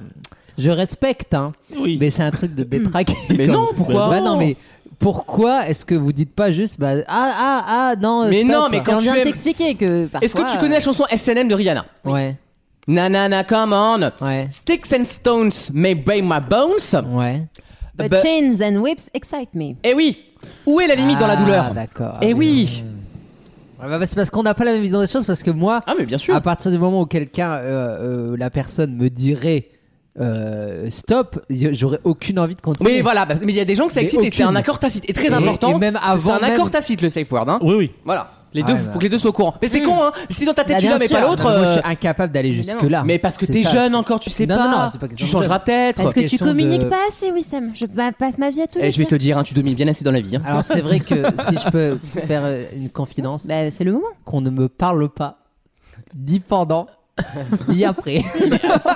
Speaker 7: je respecte, hein.
Speaker 3: Oui.
Speaker 7: Mais c'est un truc de bétraqué.
Speaker 2: (laughs) Mais non, pourquoi
Speaker 7: Bah non, mais pourquoi est-ce que vous dites pas juste bah ah ah ah non
Speaker 2: Mais
Speaker 7: stop.
Speaker 2: non, mais
Speaker 4: Et
Speaker 2: quand
Speaker 4: on
Speaker 2: tu
Speaker 4: vient de
Speaker 2: aimes-
Speaker 4: t'expliquer que parfois.
Speaker 2: Est-ce que tu
Speaker 7: euh
Speaker 2: connais la chanson SNM de Rihanna
Speaker 7: ouais
Speaker 2: Nanana, come on.
Speaker 7: ouais
Speaker 2: Sticks and stones may break my bones.
Speaker 7: ouais
Speaker 4: But
Speaker 2: Bah-
Speaker 4: chains and whips excite me.
Speaker 2: Eh oui. Où est la limite dans la
Speaker 7: Ah,
Speaker 2: douleur
Speaker 7: d'accord
Speaker 2: Eh oui.
Speaker 7: Ouais, bah, c'est parce qu'on n'a pas la même vision des choses parce que moi
Speaker 2: Ah, mais bien sûr.
Speaker 7: à partir du moment où quelqu'un euh, euh, la personne me dirait euh, stop y- j'aurais aucune envie de continuer
Speaker 2: Oui, voilà, bah, mais il y a des gens que ça
Speaker 7: Mais
Speaker 2: excite et c'est un
Speaker 7: aucune.
Speaker 2: accord tacite. Et très
Speaker 7: Et-
Speaker 2: important,
Speaker 7: et même
Speaker 2: c'est-
Speaker 7: avant
Speaker 2: c'est un
Speaker 7: même-
Speaker 2: accord tacite le safe word. Hein.
Speaker 3: Oui, oui.
Speaker 2: Voilà, les deux,
Speaker 7: Ouais,
Speaker 2: faut que les deux soient au courant. Mais c'est con, hein Si dans ta tête
Speaker 7: Bah,
Speaker 2: tu
Speaker 7: bien
Speaker 2: l'as mais
Speaker 7: sûr.
Speaker 2: pas l'autre.
Speaker 7: Non, mais moi, je suis
Speaker 2: euh,
Speaker 7: incapable d'aller jusque là
Speaker 2: Mais parce que
Speaker 7: C'est
Speaker 2: t'es
Speaker 7: ça.
Speaker 2: jeune encore, tu sais
Speaker 7: Non,
Speaker 2: pas.
Speaker 7: non, non, c'est pas que
Speaker 2: tu
Speaker 7: j'en
Speaker 2: changeras peut-être.
Speaker 4: Est-ce que tu
Speaker 7: question de-
Speaker 4: communiques pas assez, Wissem Je bah, passe ma vie à tous
Speaker 2: Eh,
Speaker 4: les
Speaker 2: je vais te
Speaker 4: dire.
Speaker 2: dire, hein, tu domines bien assez dans la vie. hein.
Speaker 7: alors c'est vrai (laughs) que si je peux faire euh, une confidence
Speaker 4: Bah, c'est le moment.
Speaker 7: qu'on ne me parle pas ni (laughs) pendant ni après.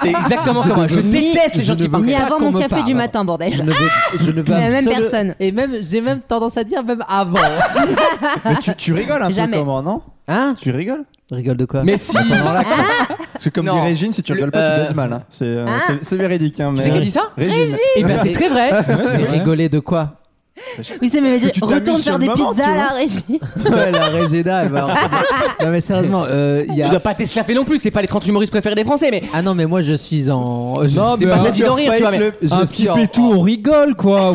Speaker 2: C'est exactement comme moi. Je
Speaker 7: Ni-
Speaker 2: déteste les
Speaker 7: je
Speaker 2: gens qui
Speaker 7: ne
Speaker 2: parlent.
Speaker 7: veux
Speaker 4: Ni
Speaker 7: pas
Speaker 4: avant
Speaker 7: qu'on
Speaker 4: mon
Speaker 7: me
Speaker 4: café
Speaker 7: parle.
Speaker 4: du matin,
Speaker 7: Je
Speaker 4: bordel.
Speaker 7: ne veux, je ne veux
Speaker 4: La même
Speaker 7: absolu-
Speaker 4: personne.
Speaker 7: Et même, j'ai même tendance à dire même avant.
Speaker 6: mais tu, tu rigoles un
Speaker 4: Jamais.
Speaker 6: peu comment, non
Speaker 7: (laughs) Hein
Speaker 6: Tu rigoles
Speaker 7: Je rigole de quoi
Speaker 2: Mais si
Speaker 6: Alors là, Parce que comme
Speaker 2: Ah. Non.
Speaker 6: dit Régine, si tu rigoles pas,
Speaker 2: Le-
Speaker 6: tu baises mal. hein. C'est euh, c'est- c'est véridique. Hein, mais...
Speaker 2: C'est qui a dit ça
Speaker 6: Régine.
Speaker 2: Eh ben c'est très vrai.
Speaker 7: Mais rigoler de quoi
Speaker 4: Wissem, il m'a dit
Speaker 6: tu t'amuses
Speaker 4: retourne
Speaker 6: sur
Speaker 4: faire
Speaker 6: le
Speaker 4: des
Speaker 6: moment, tu
Speaker 4: pizzas à la
Speaker 6: vois.
Speaker 4: régie.
Speaker 7: Ouais, La Regina, elle va. Non mais sérieusement, euh, il y
Speaker 2: Tu
Speaker 7: a.
Speaker 2: dois pas t'esclaffer non plus. C'est pas les 30 humoristes préférés des Français, mais
Speaker 7: Ah non mais moi je suis en. Je
Speaker 6: Non, mais
Speaker 7: sais
Speaker 2: Oh, pas
Speaker 6: un
Speaker 2: ça qui d'en rire, tu vois, mais-
Speaker 6: le-
Speaker 7: Je
Speaker 5: Un
Speaker 7: suis
Speaker 5: petit
Speaker 7: en-
Speaker 5: pétou, on rigole
Speaker 2: Ah,
Speaker 5: quoi,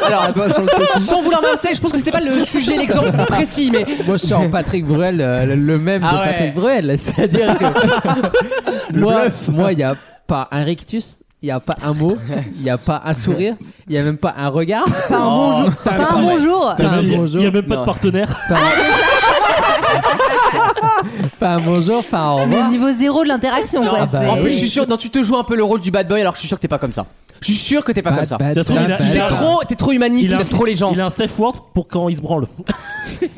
Speaker 5: voilà.
Speaker 6: un doigt dans le
Speaker 2: sans vouloir m'avancer, je pense que c'était pas le sujet, l'exemple précis, mais
Speaker 7: Moi je suis en Patrick Bruel, euh, le- le même
Speaker 2: Ah
Speaker 7: de
Speaker 2: ouais.
Speaker 7: Patrick Bruel, c'est-à-dire (laughs) que
Speaker 6: Le
Speaker 7: moi,
Speaker 6: bluff.
Speaker 7: moi il y a pas un rectus, il y a pas un mot, il y a pas un sourire, il y a même pas un regard,
Speaker 4: Pas un bonjour. Pas un bonjour.
Speaker 3: Il y a
Speaker 7: un
Speaker 3: même- Il
Speaker 7: bonjour.
Speaker 3: y a même pas de partenaire.
Speaker 7: pas un bonjour, pas un au revoir.
Speaker 4: Le niveau zéro de l'interaction,
Speaker 2: Non,
Speaker 4: quoi.
Speaker 2: en
Speaker 4: c'est-
Speaker 2: plus je suis sûr, non, tu te joues un peu le rôle du bad boy alors que je suis sûr que t'es pas comme ça. Je suis sûr que t'es pas comme ça.
Speaker 3: Ça se trouve, il a- il
Speaker 2: T'es
Speaker 3: a-
Speaker 2: trop, t'es trop humaniste,
Speaker 3: Il a un-
Speaker 2: t'aimes trop les gens.
Speaker 3: Il a un safe word pour quand il se branle.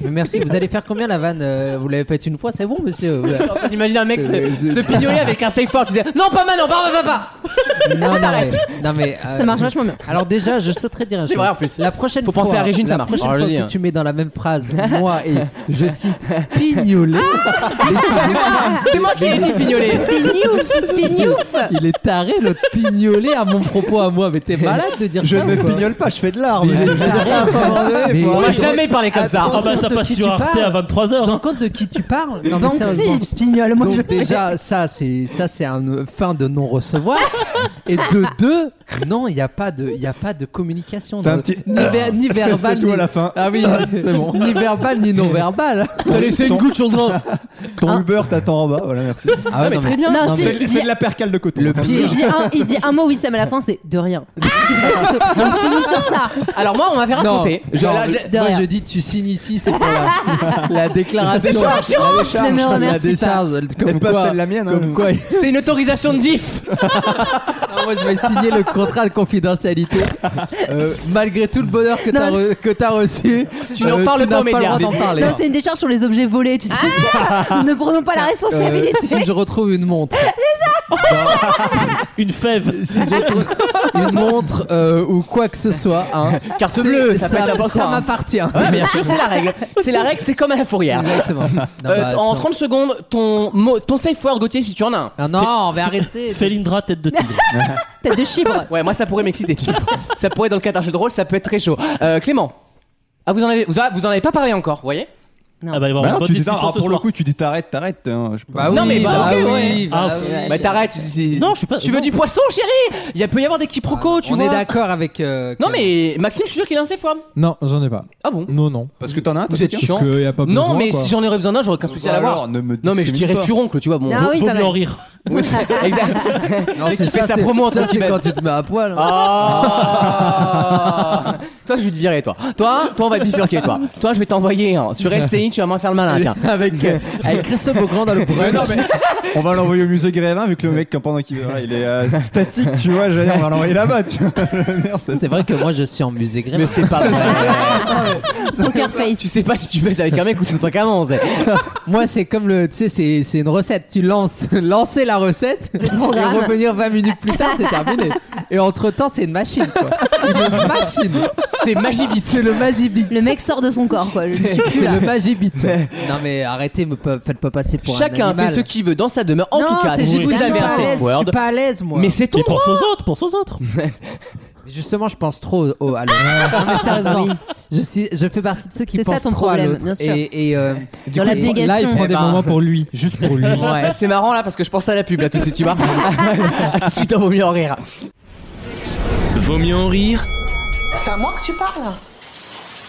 Speaker 7: Mais merci, vous allez faire combien la vanne euh, Vous l'avez faite une fois, c'est bon, monsieur Vous la-
Speaker 2: Quand T'imagines un mec se, se pignoler avec un safe word, tu disais non pas maintenant, pas pas pas.
Speaker 7: Non, non, mais,
Speaker 2: t'arrêtes.
Speaker 7: non, mais, euh,
Speaker 4: Ça marche vachement bien.
Speaker 7: Alors déjà, je souhaiterais dire un
Speaker 2: C'est
Speaker 7: chose.
Speaker 2: vrai, en plus.
Speaker 7: La prochaine
Speaker 2: Faut
Speaker 7: fois,
Speaker 2: penser à Régine,
Speaker 7: la
Speaker 2: ça marche.
Speaker 7: prochaine
Speaker 3: Oh,
Speaker 2: Alors, je le
Speaker 7: fois
Speaker 2: dis, hein.
Speaker 7: que tu mets dans la même
Speaker 2: (laughs)
Speaker 7: phrase moi et je cite pignoler,
Speaker 2: C'est moi qui ai dit pignoler.
Speaker 4: Pignouf, pignouf.
Speaker 7: il est taré le pignoler à mon propos à moi. Mais t'es malade de dire
Speaker 6: Je
Speaker 7: ça
Speaker 6: ne
Speaker 7: ou quoi
Speaker 6: pignole pas, je fais de l'art. Mais
Speaker 7: Mais
Speaker 6: je
Speaker 7: il est
Speaker 6: rien
Speaker 7: Mais
Speaker 2: On
Speaker 7: oui,
Speaker 2: va
Speaker 7: je-
Speaker 2: jamais parler comme ça.
Speaker 3: Ah bah
Speaker 7: Attention,
Speaker 3: ça
Speaker 7: de
Speaker 3: passe
Speaker 7: qui
Speaker 3: sur
Speaker 7: tu
Speaker 3: Arte
Speaker 7: parles
Speaker 3: à
Speaker 7: Tu te
Speaker 3: 23h.
Speaker 7: rends compte de qui tu parles Non, mais
Speaker 4: Banksy,
Speaker 7: sérieusement.
Speaker 4: il se pignole. Moi, je
Speaker 7: Donc déjà, ça c'est ça c'est un euh, fin de non recevoir. Et de deux, non, il n'y a pas de il y a pas de communication.
Speaker 6: T'as
Speaker 7: dans-
Speaker 6: un petit- Ah,
Speaker 7: ni,
Speaker 2: Ah,
Speaker 7: ver- ni verbal,
Speaker 6: C'est tout
Speaker 7: ni-
Speaker 6: à la fin.
Speaker 7: Ah (laughs) oui,
Speaker 6: C'est bon.
Speaker 7: ni verbal ni non (laughs) verbal.
Speaker 2: T'as laissé une goutte sur le drain.
Speaker 6: Ton Uber t'attend en bas. Voilà, merci.
Speaker 7: Ah ouais, non, mais-
Speaker 4: bien. Non,
Speaker 7: Non,
Speaker 4: si,
Speaker 7: mais-
Speaker 4: il,
Speaker 6: C'est
Speaker 4: dit,
Speaker 6: c'est de la percale de coton. Ah,
Speaker 7: Le
Speaker 4: il,
Speaker 7: pire,
Speaker 4: dit un, il dit un mot Wissem à la fin, c'est de rien. on finit sur ça.
Speaker 2: Alors moi on m'a fait raconter. Je-
Speaker 7: non,
Speaker 2: là, je-
Speaker 7: moi
Speaker 4: derrière.
Speaker 7: je dis tu signes ici, c'est pour la, (laughs) la déclaration.
Speaker 2: sur l'assurance.
Speaker 7: La décharge,
Speaker 4: Ne me remercie
Speaker 7: la décharge,
Speaker 6: Et
Speaker 7: comme
Speaker 6: pas
Speaker 7: quoi,
Speaker 6: celle de la mienne, hein.
Speaker 7: comme quoi,
Speaker 2: C'est une autorisation de diff.
Speaker 7: Non, moi, moi je vais signer le contrat de confidentialité. Euh, malgré tout le bonheur que t'as
Speaker 4: Non,
Speaker 7: re- que t'as reçu, euh,
Speaker 2: Tu n'en parles pas aux
Speaker 7: n'as
Speaker 2: médias.
Speaker 7: le droit d'en parler.
Speaker 4: Non, c'est une décharge sur les objets volés, tu sais. ne prenons pas la
Speaker 7: Euh,
Speaker 4: responsabilité.
Speaker 7: si je retrouve une montre,
Speaker 3: Une fève.
Speaker 7: si
Speaker 2: (laughs)
Speaker 7: je retrouve une montre euh, ou quoi que ce soit, hein,
Speaker 2: Carte
Speaker 7: c'est-
Speaker 2: bleue, ça peut être important,
Speaker 7: Ça
Speaker 2: hein.
Speaker 7: m'appartient.
Speaker 2: Ouais, bien sûr, c'est la règle. C'est la règle, c'est comme à la fourrière.
Speaker 7: Exactement. Non,
Speaker 2: Euh,
Speaker 7: bah,
Speaker 2: en
Speaker 7: attends.
Speaker 2: 30 secondes, ton, mot- ton safe word, Gauthier, si tu en as un.
Speaker 7: Ah non, on
Speaker 2: (laughs)
Speaker 7: va arrêter.
Speaker 3: Felindra, tête de tigre.
Speaker 4: Tête de chibre.
Speaker 2: Ouais, moi ça pourrait m'exciter, type. ça pourrait, dans le cadre d'un jeu de rôle, ça peut être très chaud. Euh, Clément. Ah, vous en avez, vous, en- vous en avez pas parlé encore, vous voyez
Speaker 3: Ah bah, il va y avoir
Speaker 6: Bah
Speaker 3: une
Speaker 6: non,
Speaker 3: bonne
Speaker 6: tu dis,
Speaker 3: discussion
Speaker 6: ah,
Speaker 3: ce
Speaker 6: pour le
Speaker 3: soir.
Speaker 6: coup, tu dis t'arrêtes, t'arrêtes. hein, je sais pas.
Speaker 7: Bah oui,
Speaker 2: Non, mais bah,
Speaker 7: bah,
Speaker 2: ok, ouais.
Speaker 7: oui, bah
Speaker 3: Ah,
Speaker 7: oui.
Speaker 2: Bah t'arrêtes. c'est- c'est-
Speaker 3: Non, je suis pas-
Speaker 2: Tu veux
Speaker 3: non.
Speaker 2: du poisson, chérie Il y a- peut y avoir des quiproquos, tu
Speaker 7: Ah, on
Speaker 2: vois.
Speaker 7: est d'accord avec. euh,
Speaker 2: Non,
Speaker 7: que-
Speaker 2: mais Maxime, je suis sûr qu'il a un safe word.
Speaker 5: Non, j'en ai pas.
Speaker 2: Ah bon
Speaker 5: Non, non.
Speaker 6: Parce que t'en as un, toi,
Speaker 2: Vous êtes
Speaker 6: quelqu'un
Speaker 2: chiant.
Speaker 5: Parce qu'il y a pas
Speaker 2: Non,
Speaker 5: besoin,
Speaker 2: mais
Speaker 5: quoi.
Speaker 2: si j'en ai besoin d'un, j'aurais aucun souci à
Speaker 6: Bah
Speaker 2: l'avoir.
Speaker 6: alors, ne me
Speaker 2: Non, mais je
Speaker 6: discrimine
Speaker 2: dirais
Speaker 6: pas.
Speaker 2: furoncle, tu vois. Bon, (laughs)
Speaker 4: Ah oui,
Speaker 3: Vaut
Speaker 4: pas
Speaker 3: mieux
Speaker 4: mal.
Speaker 3: en rire.
Speaker 2: Oui, exact.
Speaker 7: Non,
Speaker 2: Mais
Speaker 7: c'est
Speaker 2: qui fait
Speaker 7: ça,
Speaker 2: sa
Speaker 7: c'est-
Speaker 2: promo en
Speaker 7: ça, c'est
Speaker 2: centimètres.
Speaker 7: quand tu te mets à poil. hein.
Speaker 2: Ah. (laughs) toi, je vais te virer, toi. Toi, toi, on va te bifurquer, toi. Toi, je vais t'envoyer hein, sur LCI, tu vas m'en faire le malin, tiens.
Speaker 7: avec,
Speaker 2: (laughs)
Speaker 7: euh, avec Christophe Beaugrand dans le (laughs) brunch.
Speaker 6: On va l'envoyer au musée Grévin, vu que le mec, quand- pendant qu'il voilà, il est euh, statique, tu vois, j'allais, on va l'envoyer là-bas, tu vois. (laughs) Je veux dire,
Speaker 7: C'est vrai que moi je suis en musée grève.
Speaker 2: Mais c'est pas vrai.
Speaker 4: Poker face.
Speaker 2: tu sais pas si tu baises avec un mec ou tu t'en comment, c'est-
Speaker 7: (laughs) Moi c'est comme le. Tu sais, c'est, c'est une recette. Tu lances (laughs) lancer la recette
Speaker 4: programme.
Speaker 7: et revenir 20 minutes plus tard, c'est terminé. Et entre temps, c'est une machine quoi. Une machine.
Speaker 2: C'est Magibit.
Speaker 7: C'est le magibit.
Speaker 4: Le mec sort de son corps, quoi. Le-
Speaker 7: C'est le magibit. Non mais arrêtez, me pa- faites pas passer pour un
Speaker 2: Chacun
Speaker 7: animal.
Speaker 2: fait ce qu'il veut dans sa demeure. En
Speaker 7: Non,
Speaker 2: tout cas,
Speaker 7: c'est
Speaker 2: si
Speaker 7: juste
Speaker 2: vous
Speaker 7: que je suis
Speaker 2: avez un
Speaker 7: pas à l'aise,
Speaker 2: safe
Speaker 7: Je
Speaker 2: word,
Speaker 7: suis pas à l'aise moi.
Speaker 2: mais c'est ton
Speaker 3: Mais pense aux autre, pense aux autres.
Speaker 7: Justement, je pense trop au- au- à l'autre. Non,
Speaker 4: Ah,
Speaker 7: mais sérieusement, je, suis, je fais partie de ceux qui
Speaker 4: C'est ça
Speaker 7: pensent
Speaker 4: ton
Speaker 7: trop
Speaker 4: problème,
Speaker 7: à l'autre.
Speaker 4: bien sûr.
Speaker 7: Et, et, euh,
Speaker 4: Dans l'abnégation.
Speaker 5: Là, il prend
Speaker 7: Eh
Speaker 5: des
Speaker 7: ben.
Speaker 5: moments pour lui, Bah, juste pour lui.
Speaker 7: ouais.
Speaker 2: Ouais, c'est marrant là parce que je pense à la pub là tout de suite, tu vois. à tout de suite, on vaut mieux en rire.
Speaker 1: Vaut mieux en rire
Speaker 9: C'est à moi que tu parles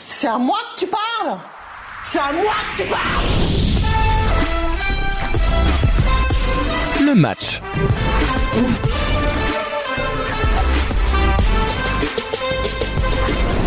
Speaker 9: C'est à moi que tu parles C'est à moi que tu parles
Speaker 1: le match.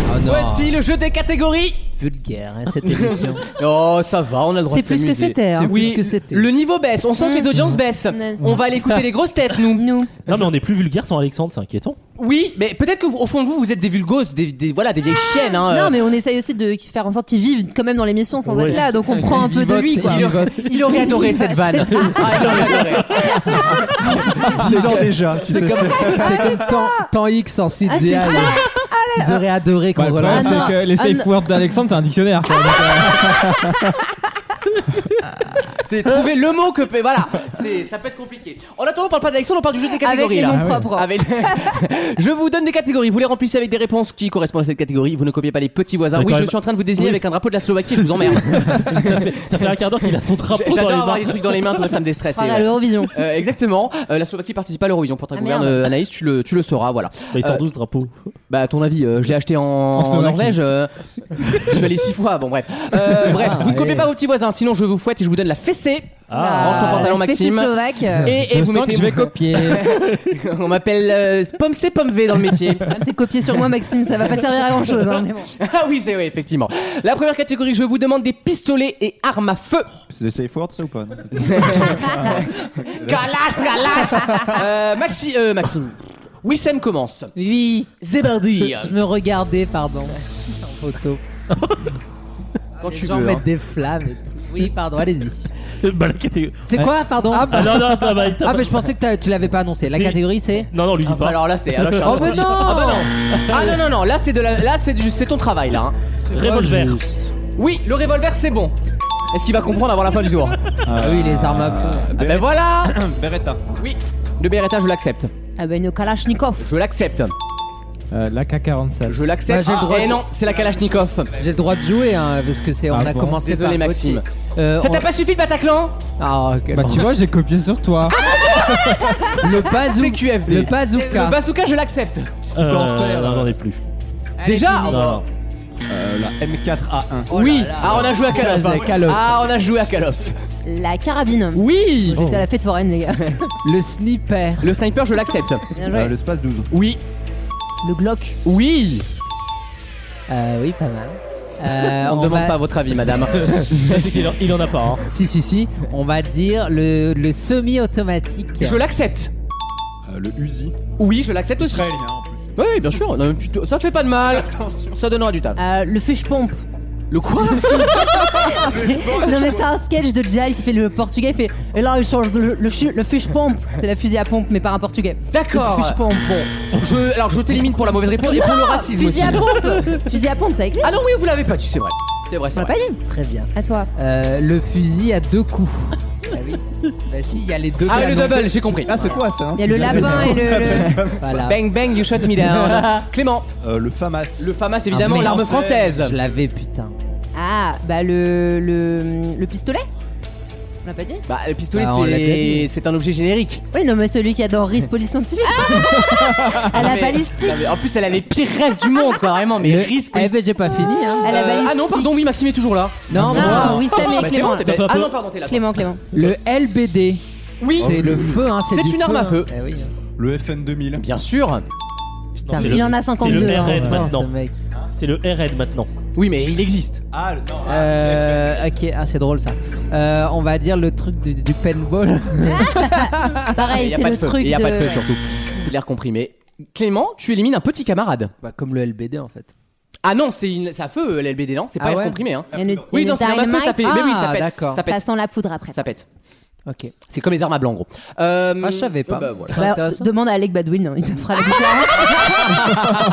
Speaker 7: Oh non,
Speaker 2: Voici le jeu des catégories.
Speaker 7: vulgaire hein, cette émission.
Speaker 2: Oh, ça va, on a le droit
Speaker 4: C'est
Speaker 2: de
Speaker 4: plus que
Speaker 2: s'amuser.
Speaker 4: c'était, hein.
Speaker 7: C'est plus
Speaker 2: Oui,
Speaker 7: que c'était.
Speaker 2: le niveau baisse. On sent que les audiences baissent.
Speaker 4: Mmh.
Speaker 2: On va aller
Speaker 7: (laughs)
Speaker 2: écouter les grosses têtes, nous.
Speaker 4: Nous.
Speaker 3: Non, mais on est plus vulgaire sans Alexandre, c'est inquiétant.
Speaker 2: Oui, mais peut-être que vous- au fond de vous, vous êtes des vulgoses, des, des- voilà, des vieilles chiennes. hein, euh.
Speaker 4: Ah, Non, mais on essaye aussi de faire en sorte qu'ils vivent quand même dans l'émission sans
Speaker 3: Ouais.
Speaker 4: être là, donc on prend un peu de
Speaker 7: vivote,
Speaker 4: lui, quoi.
Speaker 2: il, aurait, il aurait adoré cette
Speaker 7: (laughs)
Speaker 2: vanne. Ah, il aurait adoré.
Speaker 6: 10 ans déjà. tu sais, c'est-
Speaker 7: c'est comme temps, temps X en CGI.
Speaker 4: Ah, c'est ça.
Speaker 7: Ils auraient adoré qu'on
Speaker 5: Bah, le problème,
Speaker 7: relance.
Speaker 4: Ah, non.
Speaker 5: c'est que les
Speaker 4: Ah,
Speaker 5: safe
Speaker 4: non.
Speaker 5: words d'Alexandre, c'est un dictionnaire. quoi.
Speaker 2: Ah, C'est trouver le mot Oh, que peut- voilà, c'est ça peut être compliqué. En attendant, on parle pas d'élection, on parle du jeu des
Speaker 4: Avec
Speaker 2: catégories
Speaker 4: les
Speaker 2: là.
Speaker 4: noms propres.
Speaker 2: Avec- (laughs) je vous donne des catégories, vous les remplissez avec des réponses qui correspondent à cette catégorie. Vous ne copiez pas les petits voisins.
Speaker 3: Mais
Speaker 2: Oui,
Speaker 3: quand
Speaker 2: je
Speaker 3: même-
Speaker 2: suis en train de vous désigner avec un drapeau de la Slovaquie, je vous (laughs) emmerde.
Speaker 3: Ça fait, ça fait un quart d'heure qu'il a son drapeau dans
Speaker 2: J'adore
Speaker 3: les
Speaker 2: avoir
Speaker 3: mains.
Speaker 2: des trucs dans les mains, tout ça, ça me déstresse.
Speaker 4: Pareil
Speaker 2: et
Speaker 4: à
Speaker 2: voilà.
Speaker 4: l'Eurovision.
Speaker 2: Euh, exactement, Euh, la Slovaquie participe à l'Eurovision pour ta
Speaker 4: Ah,
Speaker 2: gouverne,
Speaker 4: merde.
Speaker 2: euh, Anaïs, tu le, tu le sauras, voilà.
Speaker 3: Bah, il
Speaker 2: Euh,
Speaker 3: sort 12 drapeaux.
Speaker 2: Bah, à ton avis, euh, je l'ai acheté en, en
Speaker 5: Slovaquie.
Speaker 2: Norvège. euh, (laughs) je suis allé six fois. Bon, bref. Euh, bref, vous ne copiez pas vos petits voisins, sinon je vous fouette et je vous donne la fessée.
Speaker 3: Ah.
Speaker 2: Range ton pantalon,
Speaker 4: Fessée
Speaker 2: Maxime.
Speaker 4: slovaque. euh,
Speaker 2: Et, et
Speaker 5: Ah, Je
Speaker 2: vous
Speaker 5: sens que
Speaker 2: mettez. (laughs)
Speaker 5: je vais copier.
Speaker 2: On m'appelle euh, pomme C, pomme V dans le
Speaker 5: (laughs)
Speaker 2: métier.
Speaker 4: C'est copié sur moi, Maxime, ça va pas te servir à grand chose. Hein, mais bon.
Speaker 2: ah oui, c'est oui, effectivement. La première catégorie, je vous demande des pistolets et armes à feu.
Speaker 6: C'est des safe words, ça ou pas non
Speaker 2: Kalash, Kalash
Speaker 5: (laughs)
Speaker 2: euh, Maxi, euh, Maxime. Wissem commence.
Speaker 7: Oui,
Speaker 2: Zebardi.
Speaker 7: je me regardais,
Speaker 2: (laughs)
Speaker 7: pardon. En photo.
Speaker 2: Ah, Quand tu
Speaker 7: Les gens
Speaker 2: veux.
Speaker 7: mettent
Speaker 2: hein.
Speaker 7: des flammes. et tout. Oui, pardon, allez-y.
Speaker 3: Bah, la catégorie.
Speaker 7: C'est quoi, pardon ah,
Speaker 3: Ah non, non, bah, bah, t'as pas-
Speaker 7: mais je pensais que t'as- tu l'avais pas annoncé. La
Speaker 3: Si.
Speaker 7: catégorie, c'est.
Speaker 3: Non, non, lui dis pas.
Speaker 2: Alors là, c'est. alors, je suis
Speaker 7: Oh, mais
Speaker 2: insensible.
Speaker 7: non
Speaker 2: Ah bah non Ah non, non, non, là, c'est de la- là, c'est du... c'est ton travail, là. hein.
Speaker 3: Revolver.
Speaker 2: Oui, le revolver, c'est bon. Est-ce qu'il va comprendre avant la fin du
Speaker 5: (laughs)
Speaker 2: tour
Speaker 7: Ah oui, les armes à feu.
Speaker 2: Ah ben voilà
Speaker 6: Beretta.
Speaker 2: Oui, le Beretta, je l'accepte.
Speaker 4: Ah bah, une Kalachnikov.
Speaker 2: Je l'accepte.
Speaker 5: Euh, La K47.
Speaker 2: Je l'accepte. Ah,
Speaker 7: Bah, j'ai le droit
Speaker 2: et
Speaker 7: de-
Speaker 2: non, c'est la Kalachnikov.
Speaker 7: J'ai le droit de jouer, hein, parce que c'est. on
Speaker 5: Ah
Speaker 7: a
Speaker 5: bon
Speaker 7: commencé
Speaker 2: Désolé,
Speaker 7: par.
Speaker 2: Maxime.
Speaker 7: Euh,
Speaker 2: Ça
Speaker 7: on-
Speaker 2: t'a pas suffi le Bataclan
Speaker 7: Ah, ok.
Speaker 5: Bah, tu vois, j'ai copié sur toi.
Speaker 7: Le bazooka.
Speaker 2: CQFD.
Speaker 7: Le bazooka.
Speaker 2: Le bazooka, je l'accepte.
Speaker 3: Euh,
Speaker 6: cancer.
Speaker 3: Non, j'en ai plus.
Speaker 7: Allez,
Speaker 2: Déjà,
Speaker 7: finis.
Speaker 3: Non, non.
Speaker 6: Euh, la M4A1.
Speaker 7: Oh là
Speaker 2: oui.
Speaker 7: là.
Speaker 2: Ah, on a joué à Call
Speaker 7: Ça, c'est
Speaker 2: of.
Speaker 7: Call of.
Speaker 2: Ah, on a joué à Call of.
Speaker 4: La carabine.
Speaker 2: Oui. Oh.
Speaker 4: J'étais à la fête foraine, les gars.
Speaker 7: Le sniper.
Speaker 2: Le sniper, je l'accepte.
Speaker 4: Bien joué.
Speaker 6: Euh, le Space 12.
Speaker 2: Oui.
Speaker 4: Le Glock.
Speaker 2: Oui.
Speaker 7: Euh, oui, pas mal. Euh,
Speaker 2: (laughs) On ne demande
Speaker 7: va-
Speaker 2: pas votre avis, madame.
Speaker 3: Ça, c'est qu'il en- il en a pas. hein.
Speaker 7: (laughs) Si, si, si. On va dire le, le semi-automatique.
Speaker 2: Je l'accepte.
Speaker 6: euh, le Uzi.
Speaker 2: Oui, je l'accepte aussi.
Speaker 6: Israélien en plus.
Speaker 2: Oui, oui, bien sûr. Non, mais tu te- Ça fait pas de mal.
Speaker 6: Attention.
Speaker 2: Ça donnera du taf.
Speaker 4: Euh, le fish pompe.
Speaker 2: Le quoi
Speaker 4: (laughs) Non mais c'est un sketch de Jal qui fait le portugais, il fait et là il change le, le, chi- le fish pomp, c'est la fusil à pompe mais par un portugais.
Speaker 2: (laughs) D'accord.
Speaker 4: Le fish pomp.
Speaker 2: Bon, je, alors je t'élimine pour la mauvaise réponse et pour le
Speaker 7: Ah,
Speaker 2: racisme aussi.
Speaker 4: Ah, Fusil à pompe, fusil à pompe, ça existe.
Speaker 2: Ah non, oui, vous l'avez pas dit, c'est vrai. C'est vrai,
Speaker 4: On
Speaker 2: c'est
Speaker 4: l'a
Speaker 2: vrai.
Speaker 4: pas dit.
Speaker 7: Très bien.
Speaker 4: À toi.
Speaker 7: Euh, le fusil à deux coups. (laughs) bah oui. Bah si, il y a les deux.
Speaker 2: Ah,
Speaker 7: qui
Speaker 2: le
Speaker 7: annoncent-
Speaker 2: double, j'ai compris.
Speaker 6: Ah, c'est toi ça. hein,
Speaker 4: Il y a le
Speaker 6: fusil à
Speaker 4: lapin
Speaker 6: pompe.
Speaker 4: et le.
Speaker 2: (laughs)
Speaker 4: le-
Speaker 7: Voilà.
Speaker 2: Bang bang, you shot me down. Clément,
Speaker 6: Euh, le FAMAS.
Speaker 2: le FAMAS évidemment,
Speaker 7: Ah, merde.
Speaker 2: l'arme française.
Speaker 7: Je l'avais, putain.
Speaker 4: Ah bah le le le pistolet. On l'a pas dit.
Speaker 2: Bah, le pistolet,
Speaker 7: Bah, on l'a déjà
Speaker 2: c'est...
Speaker 7: dit.
Speaker 2: c'est un objet générique.
Speaker 4: Oui non mais celui qui adore Riz Police Scientifique. à la
Speaker 2: Ah. Mais-
Speaker 4: balistique.
Speaker 2: Non, mais en plus, elle a les pires rêves du monde, quoi, vraiment. Mais
Speaker 7: Le-
Speaker 2: risque.
Speaker 7: Eh ben, j'ai pas fini, hein.
Speaker 4: À la
Speaker 2: ah
Speaker 4: balistique.
Speaker 2: non, pardon, oui, Maxime est toujours là.
Speaker 4: Non,
Speaker 7: Non, moi,
Speaker 4: oui, Sam
Speaker 2: Bah,
Speaker 4: et
Speaker 2: c'est
Speaker 4: Clément.
Speaker 2: bon, t'es bête.
Speaker 3: Ça fait un
Speaker 2: ah
Speaker 3: peu-
Speaker 2: non, pardon, t'es là.
Speaker 4: Clément, Clément.
Speaker 7: le LBD,
Speaker 2: Oh, Oui,
Speaker 7: c'est le feu, hein,
Speaker 2: C'est
Speaker 7: du
Speaker 2: une arme à
Speaker 7: hein.
Speaker 2: feu.
Speaker 7: Eh oui, hein.
Speaker 6: Le FN 2000.
Speaker 2: bien sûr.
Speaker 4: Putain,
Speaker 3: c'est
Speaker 4: il
Speaker 3: le-
Speaker 4: en a
Speaker 3: c'est le
Speaker 4: 52.
Speaker 3: RN
Speaker 4: hein.
Speaker 3: maintenant.
Speaker 7: Non, Oh, ce mec.
Speaker 3: C'est le RN maintenant.
Speaker 2: Oui, mais il existe.
Speaker 6: Ah, le- non. ah,
Speaker 7: Euh, ok, ah, c'est drôle ça. Euh, on va dire le truc du, du paintball.
Speaker 4: Pareil,
Speaker 2: Ah, il y a
Speaker 4: c'est
Speaker 2: pas de
Speaker 4: le
Speaker 2: feu.
Speaker 4: truc
Speaker 2: Il y a pas de feu
Speaker 4: ouais.
Speaker 2: surtout. C'est de l'air comprimé. Clément, tu élimines un petit camarade.
Speaker 7: Bah, comme le LBD en fait.
Speaker 2: Ah non, c'est une... c'est à feu, euh, l'LBD, non C'est pas
Speaker 7: Ah
Speaker 2: air
Speaker 7: ouais
Speaker 2: comprimé, hein.
Speaker 4: Il y a une-
Speaker 2: Oui,
Speaker 4: il y a
Speaker 2: non,
Speaker 4: une
Speaker 2: c'est un feu, ça
Speaker 4: dynamite.
Speaker 2: fait. mais oui, ça
Speaker 7: Ah,
Speaker 2: pète.
Speaker 7: d'accord.
Speaker 2: Ça
Speaker 4: Ça
Speaker 2: pète.
Speaker 4: sent la poudre après.
Speaker 2: Ça pète.
Speaker 7: Ok.
Speaker 2: C'est comme les armes à blanc, en gros. Euh,
Speaker 7: Ah, je savais pas.
Speaker 2: bah, voilà.
Speaker 7: Très
Speaker 4: Bah,
Speaker 7: intéressant.
Speaker 4: demande à Alec Badwin, hein, il te fera la
Speaker 2: (laughs)
Speaker 4: différence.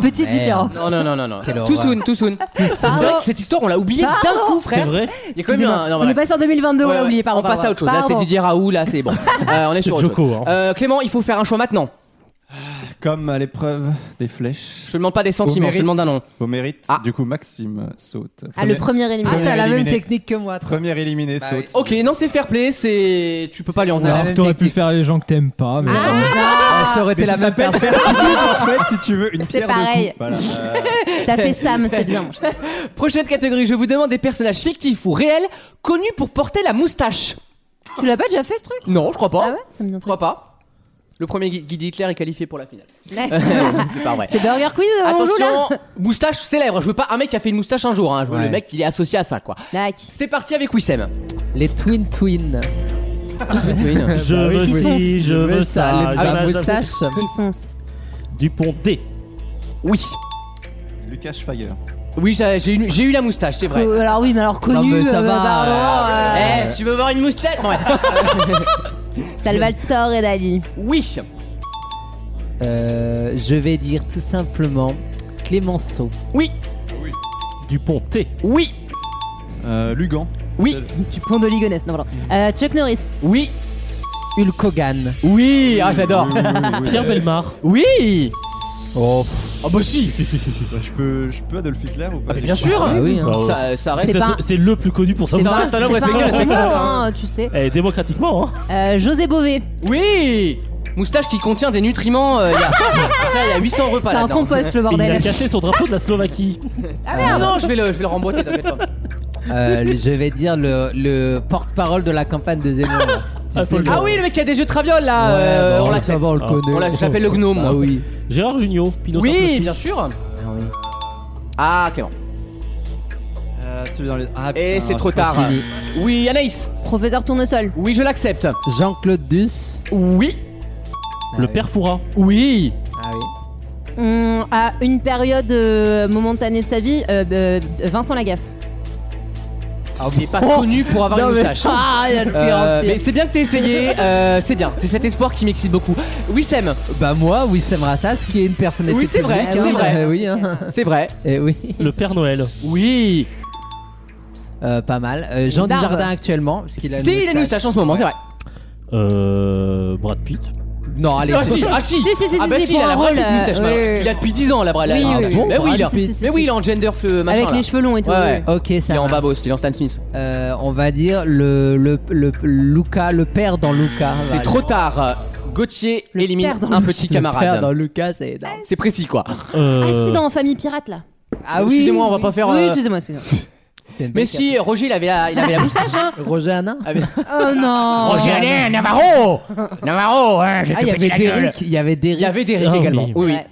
Speaker 4: Petite
Speaker 7: Merde.
Speaker 4: différence.
Speaker 2: Non, non, non, non, non.
Speaker 7: Quelle
Speaker 2: Too
Speaker 7: horreur.
Speaker 2: soon, too soon. C'est vrai que cette histoire, on l'a oubliée d'un
Speaker 4: Pardon.
Speaker 2: coup,
Speaker 3: C'est
Speaker 2: frère. Il
Speaker 3: vrai
Speaker 2: y a quand même eu
Speaker 4: Excusez-moi,
Speaker 2: un. non,
Speaker 4: on
Speaker 2: voilà.
Speaker 4: est passé en 2022, on
Speaker 2: Ouais,
Speaker 4: l'a
Speaker 2: ouais.
Speaker 4: oublié, pardon.
Speaker 2: On passe à autre chose.
Speaker 4: Pardon.
Speaker 2: Là, c'est Didier Raoult, là, c'est bon. Euh, on est sur
Speaker 3: C'est
Speaker 2: autre
Speaker 3: Joko,
Speaker 2: chose.
Speaker 3: hein.
Speaker 2: Euh, Clément, il faut faire un choix maintenant.
Speaker 6: Comme à l'épreuve des flèches.
Speaker 2: Je te demande pas des
Speaker 6: Au
Speaker 2: sentiments, je te
Speaker 6: mérite-
Speaker 2: demande un nom.
Speaker 6: Au mérite.
Speaker 2: Ah.
Speaker 6: Du coup, Maxime saute.
Speaker 4: Ah, le premier éliminé.
Speaker 7: Ah, t'as la même
Speaker 6: éliminé.
Speaker 7: technique que moi. toi.
Speaker 6: Premier éliminé
Speaker 7: Bah
Speaker 6: saute.
Speaker 2: Ok, non, c'est fair play, c'est. Tu peux pas lui en
Speaker 7: On a la
Speaker 2: vouloir.
Speaker 7: même
Speaker 5: T'aurais pu
Speaker 7: technique.
Speaker 5: faire les gens que t'aimes pas, mais.
Speaker 7: Ah, ça aurait été
Speaker 6: Mais
Speaker 7: la
Speaker 6: ça
Speaker 7: même
Speaker 6: s'appelle
Speaker 7: personne.
Speaker 6: faire un coup, en fait, si tu veux, une
Speaker 4: C'est
Speaker 6: pierre de
Speaker 4: pareil.
Speaker 6: coups. Voilà. Euh,
Speaker 4: (laughs) T'as fait Sam,
Speaker 2: (laughs)
Speaker 4: c'est bien.
Speaker 2: Prochaine catégorie, je vous demande des personnages fictifs ou réels connus pour porter la moustache.
Speaker 4: tu l'as pas déjà fait ce truc
Speaker 2: Non, je crois pas.
Speaker 4: Ah ouais Ça me dit un
Speaker 2: Je
Speaker 4: truc.
Speaker 2: crois pas. Le premier Guy- Guy Hitler est qualifié pour la finale.
Speaker 4: Ouais.
Speaker 2: c'est pas vrai.
Speaker 4: (laughs) c'est Burger Quiz euh, on joue là
Speaker 2: Attention, moustache célèbre. Je veux pas un mec qui a fait une moustache un jour. Hein. Je veux
Speaker 7: Ouais.
Speaker 2: le mec qui est associé à ça, quoi.
Speaker 4: Like.
Speaker 2: C'est parti avec Wissem.
Speaker 7: Les Twin Twin.
Speaker 3: Je
Speaker 7: Bah oui,
Speaker 3: veux
Speaker 7: qui
Speaker 3: ci,
Speaker 7: sont-
Speaker 3: je veux ça. Ah,
Speaker 7: Les
Speaker 3: dommage,
Speaker 7: la
Speaker 3: j'avoue.
Speaker 7: moustache.
Speaker 4: Qui sont
Speaker 3: Dupont D.
Speaker 2: Oui.
Speaker 6: Lucas Schwager.
Speaker 2: Oui, j'ai j'ai eu, j'ai eu la moustache, c'est vrai.
Speaker 4: Alors oui, mais alors connu.
Speaker 7: Non, mais ça
Speaker 4: euh,
Speaker 7: va, euh,
Speaker 4: bah,
Speaker 2: Eh,
Speaker 4: vraiment,
Speaker 2: tu veux voir une moustache Bon, ouais.
Speaker 4: euh, Salvatore et Dali.
Speaker 2: Oui.
Speaker 7: Euh, je vais dire tout simplement Clémenceau.
Speaker 2: Oui.
Speaker 3: Dupont T.
Speaker 2: Oui.
Speaker 6: Euh, Lugan.
Speaker 2: Oui.
Speaker 4: Du pont de Ligonnès. Non, pardon. Euh, Chuck Norris.
Speaker 2: Oui.
Speaker 7: Hulk Hogan.
Speaker 2: Oui. Ah, j'adore.
Speaker 3: Pierre Belmar.
Speaker 2: Oui.
Speaker 7: Oh,
Speaker 2: Ah, bah si.
Speaker 3: Si, si, si, si.
Speaker 6: Bah, je peux, je peux Adolf Hitler ou
Speaker 2: Ah,
Speaker 6: pas
Speaker 2: mais bien sûr.
Speaker 7: bah oui, hein.
Speaker 2: Ça, ça
Speaker 3: C'est
Speaker 2: reste.
Speaker 4: pas-
Speaker 3: c'est le plus connu pour ça.
Speaker 2: Ça reste un homme
Speaker 4: C'est
Speaker 2: respecté,
Speaker 4: pas un gros mot,
Speaker 2: respectable.
Speaker 4: hein, tu sais.
Speaker 3: Eh, démocratiquement, hein.
Speaker 4: Euh, José Bové.
Speaker 2: Oui. Moustache qui contient des nutriments. euh, Il y, a... (laughs) Après, il y a 800 repas
Speaker 4: C'est un
Speaker 2: là-dedans.
Speaker 4: compost le
Speaker 3: Il
Speaker 4: bordel.
Speaker 3: a cassé son drapeau de la Slovaquie.
Speaker 4: Ah
Speaker 2: Ah
Speaker 4: merde
Speaker 2: non, je vais le, je vais le remboîter, t'inquiète pas.
Speaker 7: Euh, le- je vais dire le, le porte-parole de la campagne de Zemmour. là. Tu
Speaker 3: Ah,
Speaker 7: sais,
Speaker 3: Paul
Speaker 7: le-
Speaker 2: Ah oui, le mec qui a des jeux de traviole là.
Speaker 7: Ouais,
Speaker 2: euh,
Speaker 7: bah,
Speaker 2: on
Speaker 7: le
Speaker 2: l'accepte.
Speaker 7: savait, on le
Speaker 3: Ah.
Speaker 7: connaît.
Speaker 2: On l'a- j'appelle le gnome, moi.
Speaker 7: Ah oui.
Speaker 3: Gérard Junio, Pino
Speaker 2: Oui,
Speaker 3: Sarkozy.
Speaker 2: bien sûr.
Speaker 7: Ah oui.
Speaker 2: Ah, Clément.
Speaker 6: Euh, celui dans les- Ah,
Speaker 2: Et
Speaker 6: putain,
Speaker 2: Eh, c'est trop
Speaker 6: je pense-
Speaker 2: tard.
Speaker 7: fini.
Speaker 2: Oui, Anaïs.
Speaker 4: Professeur Tournesol.
Speaker 2: Oui, je l'accepte.
Speaker 7: Jean-Claude Duss.
Speaker 2: Oui.
Speaker 7: Ah
Speaker 3: Le
Speaker 7: oui.
Speaker 3: père Foura.
Speaker 2: Oui.
Speaker 7: Ah oui.
Speaker 4: Hum, à une période euh, momentanée de sa vie, euh, euh, Vincent Lagaffe.
Speaker 2: Ah, Il est pas connu pour avoir une (laughs) moustache.
Speaker 7: Oh. Ah, il y a le pire
Speaker 2: Euh,
Speaker 7: en pire.
Speaker 2: mais c'est bien que t'aies essayé, euh, c'est bien, c'est cet espoir qui m'excite beaucoup. Oui Sam,
Speaker 7: Bah moi, Wissem Rassas, qui est une personnalité
Speaker 2: Oui, c'est vrai,
Speaker 7: publique,
Speaker 2: c'est
Speaker 7: hein.
Speaker 2: vrai.
Speaker 7: Eh (laughs) oui, hein.
Speaker 2: c'est vrai.
Speaker 7: Eh oui.
Speaker 3: Le père Noël.
Speaker 2: Oui.
Speaker 7: Euh, pas mal. Euh, Jean
Speaker 4: Une barbe.
Speaker 7: Dujardin actuellement. Parce
Speaker 2: Si,
Speaker 7: qu'il a
Speaker 2: il a une moustache en ce moment, c'est vrai.
Speaker 3: Euh. Brad Pitt.
Speaker 7: Non, allez.
Speaker 2: ah si, ah si,
Speaker 4: Si, si, si,
Speaker 2: ah
Speaker 4: si,
Speaker 2: bah
Speaker 4: si,
Speaker 2: si, il
Speaker 4: pour
Speaker 2: a la
Speaker 4: un
Speaker 2: vraie
Speaker 4: rôle,
Speaker 2: petite
Speaker 4: euh,
Speaker 2: moustache.
Speaker 4: oui,
Speaker 2: maintenant.
Speaker 4: oui.
Speaker 2: Il a depuis 10 ans la vraie la
Speaker 4: Oui, oui,
Speaker 2: moustache.
Speaker 7: oui.
Speaker 2: Mais oui, il a-
Speaker 4: Si, si, si,
Speaker 2: mais oui,
Speaker 4: si.
Speaker 2: il est en gender euh, machin.
Speaker 4: Avec
Speaker 2: là.
Speaker 4: les cheveux longs et tout.
Speaker 2: Ouais, ouais.
Speaker 4: oui, oui.
Speaker 7: (laughs) Ok,
Speaker 2: Il
Speaker 7: ça.
Speaker 2: est en
Speaker 7: marche.
Speaker 2: babos, il est en Stan Smith.
Speaker 7: Euh, on va dire le, le, le, Luca, le père dans Luca.
Speaker 2: C'est trop tard. Gauthier élimine
Speaker 4: père dans
Speaker 2: un
Speaker 4: le-
Speaker 2: petit
Speaker 7: Le père dans
Speaker 2: camarade.
Speaker 7: Luca, c'est énorme.
Speaker 2: C'est précis quoi.
Speaker 3: Euh,
Speaker 4: Ah si, dans Famille Pirate là.
Speaker 7: Ah oui.
Speaker 2: Excusez-moi, on va pas faire.
Speaker 4: Oui,
Speaker 2: euh,
Speaker 4: excusez-moi, excusez-moi.
Speaker 7: C'était une
Speaker 2: Mais
Speaker 7: belle
Speaker 2: si, Roger, il avait la, il avait la moustache, hein
Speaker 7: carte. (laughs) Roger Hanin.
Speaker 2: Ah, mais-
Speaker 4: (laughs) oh non
Speaker 2: Roger Alain, Navarro Navarro, hein, je
Speaker 7: Ah,
Speaker 2: te
Speaker 7: il y
Speaker 2: pète
Speaker 7: avait
Speaker 2: la gueule
Speaker 7: Derrick. Il y avait Derrick.
Speaker 2: Il y avait des rigs
Speaker 3: Ah, oui.
Speaker 2: également. Oui, oui.
Speaker 4: Ouais.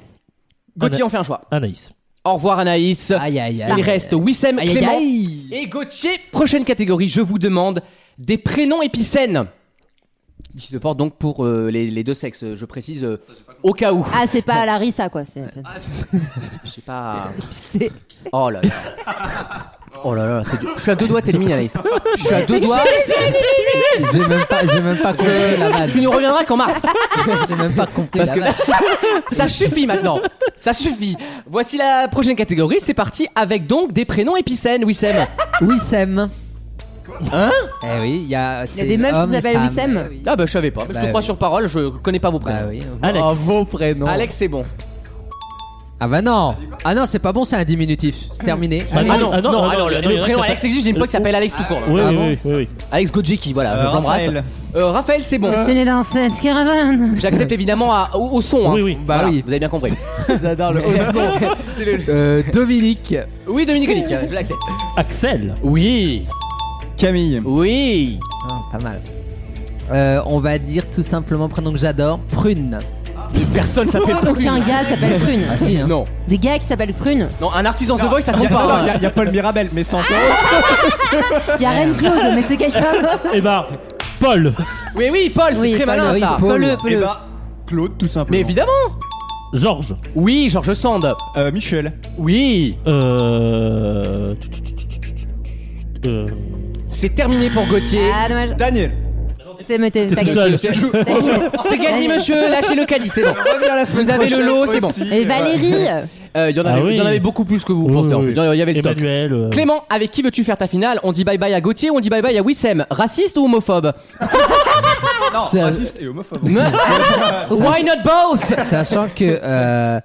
Speaker 2: Gauthier, on fait un choix.
Speaker 3: Anaïs.
Speaker 2: Au revoir, Anaïs.
Speaker 7: Aïe, aïe, aïe.
Speaker 2: Il reste Wissem,
Speaker 7: Aïe, aïe,
Speaker 2: Clément
Speaker 7: aïe.
Speaker 2: et Gauthier. Prochaine catégorie, je vous demande des prénoms épicènes. qui se porte donc pour euh, les, les deux sexes, je précise, euh, au cas où.
Speaker 4: Ah, c'est pas Larissa, quoi. C'est
Speaker 2: Je sais pas.
Speaker 4: c'est-
Speaker 2: Oh là là. Oh là là, c'est dur. Je suis à deux doigts, t'élimines Anaïs. Je suis à deux doigts.
Speaker 7: J'ai même pas, j'ai même pas compris la vanne.
Speaker 2: Tu nous reviendras qu'en mars.
Speaker 7: J'ai même pas compris
Speaker 2: Parce
Speaker 7: la
Speaker 2: que
Speaker 7: vanne.
Speaker 2: (laughs) ça suffit maintenant. Ça suffit. Voici la prochaine catégorie. C'est parti avec donc des prénoms épicènes, Wissem.
Speaker 7: Wissem. Hein Eh oui, il y a.
Speaker 4: Il y a des meufs qui s'appellent Wissem.
Speaker 2: Ah bah je savais pas. mais je te
Speaker 7: Bah
Speaker 2: crois
Speaker 7: oui.
Speaker 2: sur parole. Je connais pas vos prénoms.
Speaker 7: Eh Bah oui.
Speaker 3: Alex.
Speaker 7: Oh, vos prénoms.
Speaker 2: Alex, c'est bon.
Speaker 7: Ah bah non. Ah non, c'est pas bon, c'est un diminutif. C'est terminé.
Speaker 3: Bah
Speaker 7: Allez.
Speaker 2: Ah non,
Speaker 3: Ah
Speaker 2: non,
Speaker 3: non, non,
Speaker 2: ah non,
Speaker 3: non,
Speaker 2: le,
Speaker 3: non,
Speaker 2: le
Speaker 3: il y en a
Speaker 2: prénom
Speaker 3: qui
Speaker 2: Alex existe, j'ai une pote qui s'appelle Alex tout court.
Speaker 3: Oui,
Speaker 7: Ah
Speaker 3: oui,
Speaker 7: bon
Speaker 3: oui, oui, oui.
Speaker 2: Alex Godjeki, voilà,
Speaker 6: Euh,
Speaker 2: j'embrasse.
Speaker 6: Raphaël.
Speaker 2: Euh, Raphaël, c'est bon.
Speaker 4: né dans cette caravane.
Speaker 2: J'accepte évidemment à- au, au son. hein.
Speaker 3: Oui, oui.
Speaker 7: Bah oui.
Speaker 2: Vous avez bien compris.
Speaker 7: J'adore le Euh, Dominique. Ah,
Speaker 2: Oui, Dominique euh, Nick, je l'accepte.
Speaker 3: Axel.
Speaker 2: Oui,
Speaker 6: Camille.
Speaker 2: oui.
Speaker 7: Ah, pas mal. Euh, on va dire tout simplement prénom que j'adore, Prune.
Speaker 2: Personne s'appelle
Speaker 4: Aucun gars s'appelle Prune.
Speaker 7: Ah si, hein.
Speaker 2: Non,
Speaker 4: Des gars qui s'appellent Prune.
Speaker 2: non, un artisan The Voice, ça compte
Speaker 6: Il
Speaker 2: pas. Ah, hein.
Speaker 6: y, a Paul Mirabel, mais sans toi.
Speaker 4: Il y a Reine Claude, mais c'est quelqu'un.
Speaker 3: Eh bah, Paul.
Speaker 2: Oui, oui, Paul, c'est
Speaker 4: Oui,
Speaker 2: très
Speaker 4: Paul,
Speaker 2: malin
Speaker 4: oui,
Speaker 2: ça. Eh ben,
Speaker 7: Paul.
Speaker 4: Paul,
Speaker 6: Et
Speaker 4: Paul.
Speaker 6: bah, Claude, tout simplement.
Speaker 2: Mais évidemment.
Speaker 3: Georges.
Speaker 2: Oui, Georges Sand.
Speaker 6: Euh, Michel.
Speaker 2: Oui,
Speaker 3: Euh... euh,
Speaker 2: c'est terminé pour Gauthier.
Speaker 4: Ah, dommage.
Speaker 6: Daniel.
Speaker 4: C'est mais t'es-
Speaker 3: T'es
Speaker 4: t'as
Speaker 3: tout
Speaker 4: gagné.
Speaker 3: seul.
Speaker 4: T'as gagné.
Speaker 2: C'est gagné,
Speaker 4: Ah,
Speaker 2: monsieur. Lâchez le caddie, c'est bon.
Speaker 6: Reviens la semaine
Speaker 2: Vous avez le
Speaker 6: prochaine
Speaker 2: lot, c'est bon. Eh ben,
Speaker 6: aussi.
Speaker 4: Et Valérie.
Speaker 2: Euh, Il y en
Speaker 3: Ah
Speaker 2: avait-
Speaker 3: oui.
Speaker 2: il y en avait beaucoup plus que vous
Speaker 3: Oui,
Speaker 2: pensez en
Speaker 3: oui,
Speaker 2: fait.
Speaker 3: oui.
Speaker 2: Il y avait le stock.
Speaker 3: Emmanuel. euh,
Speaker 2: Clément, avec qui veux-tu faire ta finale On dit bye bye à Gauthier ou on dit bye bye à Wissem Raciste ou homophobe
Speaker 6: Non,
Speaker 7: C'est-
Speaker 6: raciste et homophobe.
Speaker 2: Why not both
Speaker 7: Sachant que euh,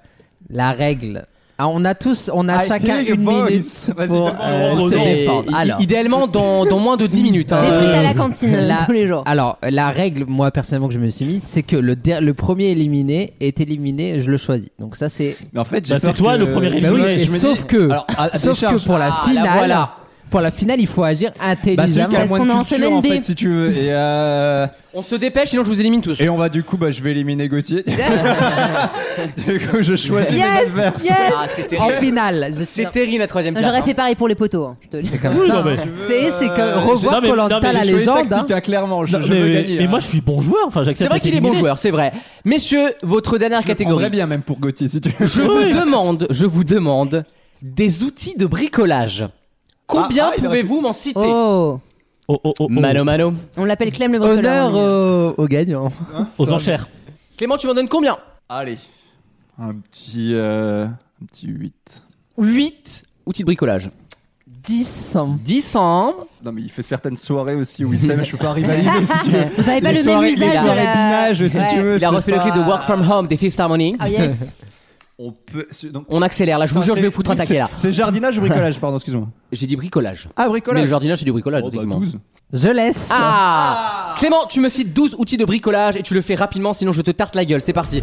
Speaker 7: la règle. Ah, on a tous, on a
Speaker 6: I
Speaker 7: chacun
Speaker 6: hear your
Speaker 7: une
Speaker 6: voice.
Speaker 7: minute
Speaker 6: Vas-y,
Speaker 7: pour
Speaker 6: demande.
Speaker 7: euh,
Speaker 3: Oh,
Speaker 7: se
Speaker 3: non.
Speaker 7: défendre.
Speaker 2: i-
Speaker 7: Alors,
Speaker 2: Idéalement, dans, dans moins de 10 minutes. hein.
Speaker 4: Des frites à la cantine,
Speaker 7: la-
Speaker 4: tous les jours.
Speaker 7: alors, la règle, moi personnellement que je me suis mise, c'est que le, der- le premier éliminé est éliminé, je le choisis. Donc ça c'est.
Speaker 6: Mais en fait, j'ai
Speaker 3: Bah, c'est
Speaker 6: peur
Speaker 3: toi
Speaker 6: que-
Speaker 3: le premier
Speaker 7: Bah oui,
Speaker 3: éliminé.
Speaker 7: et
Speaker 6: je me
Speaker 7: sauf
Speaker 6: dis-
Speaker 7: que,
Speaker 6: Alors, à- à
Speaker 7: sauf que
Speaker 6: décharge.
Speaker 7: pour la
Speaker 2: Ah, la
Speaker 7: finale,
Speaker 2: voilà.
Speaker 7: pour la finale, il faut agir
Speaker 6: Bah, celui
Speaker 7: intelligemment.
Speaker 6: qui a le
Speaker 4: Parce
Speaker 6: moins de
Speaker 4: qu'on est en
Speaker 6: culture,
Speaker 4: semaine
Speaker 6: en
Speaker 4: B.
Speaker 6: fait, si tu veux. Et, euh,
Speaker 2: On se dépêche, sinon je vous élimine tous.
Speaker 6: et on va du coup, bah, je vais éliminer Gauthier. du coup, je choisis mes adversaires.
Speaker 2: Ah, c'est
Speaker 7: en
Speaker 2: terrible.
Speaker 7: finale, je suis.
Speaker 2: C'est terrible la troisième place.
Speaker 4: J'aurais
Speaker 2: hein.
Speaker 4: fait pareil pour les poteaux. hein, je te le dis.
Speaker 7: comme
Speaker 3: Oui,
Speaker 7: ça,
Speaker 3: non, mais-
Speaker 7: hein. C'est c'est
Speaker 6: Euh,
Speaker 7: comme revoir
Speaker 3: non, mais- non,
Speaker 7: Colanta
Speaker 3: mais
Speaker 7: la
Speaker 3: j'ai
Speaker 6: Je suis
Speaker 7: légende. hein.
Speaker 6: tactique, hein, clairement. Je,
Speaker 3: non,
Speaker 6: je
Speaker 3: mais,
Speaker 6: veux gagner.
Speaker 3: mais
Speaker 6: hein.
Speaker 3: moi je suis bon joueur, enfin
Speaker 2: C'est
Speaker 3: j'accepte.
Speaker 2: vrai
Speaker 3: d'être
Speaker 2: qu'il est bon
Speaker 3: éliminé.
Speaker 2: joueur, c'est vrai. Messieurs, votre dernière
Speaker 6: je prendrais
Speaker 2: catégorie.
Speaker 6: bien même pour Gauthier si tu veux.
Speaker 2: Je vous demande, je vous demande des outils de bricolage. Combien
Speaker 6: Ah, ah, il a-
Speaker 2: pouvez-vous m'en citer
Speaker 4: Oh,
Speaker 3: Oh, oh, oh, oh.
Speaker 2: Mano Mano.
Speaker 4: on l'appelle Clem le
Speaker 6: hein.
Speaker 4: hein.
Speaker 7: Honneur
Speaker 4: bricoleur.
Speaker 6: euh,
Speaker 7: au, au gagnant.
Speaker 3: Aux enchères.
Speaker 2: Clément, tu m'en donnes combien
Speaker 6: Allez. Un petit. euh, un petit 8.
Speaker 2: 8 outils de bricolage.
Speaker 7: 10.
Speaker 2: 10 ans.
Speaker 6: Non, mais il fait certaines soirées aussi où il sait, mais je peux
Speaker 4: (laughs)
Speaker 6: pas rivaliser si tu veux.
Speaker 4: Vous avez pas
Speaker 6: les
Speaker 4: Eh ben, le
Speaker 6: soirées-
Speaker 4: même usage
Speaker 6: les
Speaker 4: de
Speaker 6: soirées
Speaker 4: la-
Speaker 6: binage, si
Speaker 4: Ouais.
Speaker 6: tu veux.
Speaker 2: Il a
Speaker 6: c'est
Speaker 2: refait le
Speaker 6: pas-
Speaker 2: clip de Work From Home des Fifth Harmony.
Speaker 4: Ah (laughs) yes.
Speaker 6: On peut. c'est- Donc,
Speaker 2: On accélère là, je vous
Speaker 6: Enfin,
Speaker 2: jure, je vais
Speaker 6: c'est-
Speaker 2: foutre un
Speaker 6: c'est-
Speaker 2: taquet là.
Speaker 6: C'est jardinage ou bricolage, pardon, excuse-moi.
Speaker 2: J'ai dit bricolage.
Speaker 6: Ah,
Speaker 2: Mais le
Speaker 6: bricolage.
Speaker 2: jardinage, c'est du bricolage.
Speaker 6: Oh, bah,
Speaker 2: techniquement.
Speaker 6: 12.
Speaker 7: Je laisse.
Speaker 2: Ah Clément, tu me cites 12 outils de bricolage et tu le fais rapidement, sinon je te tarte la gueule. C'est parti.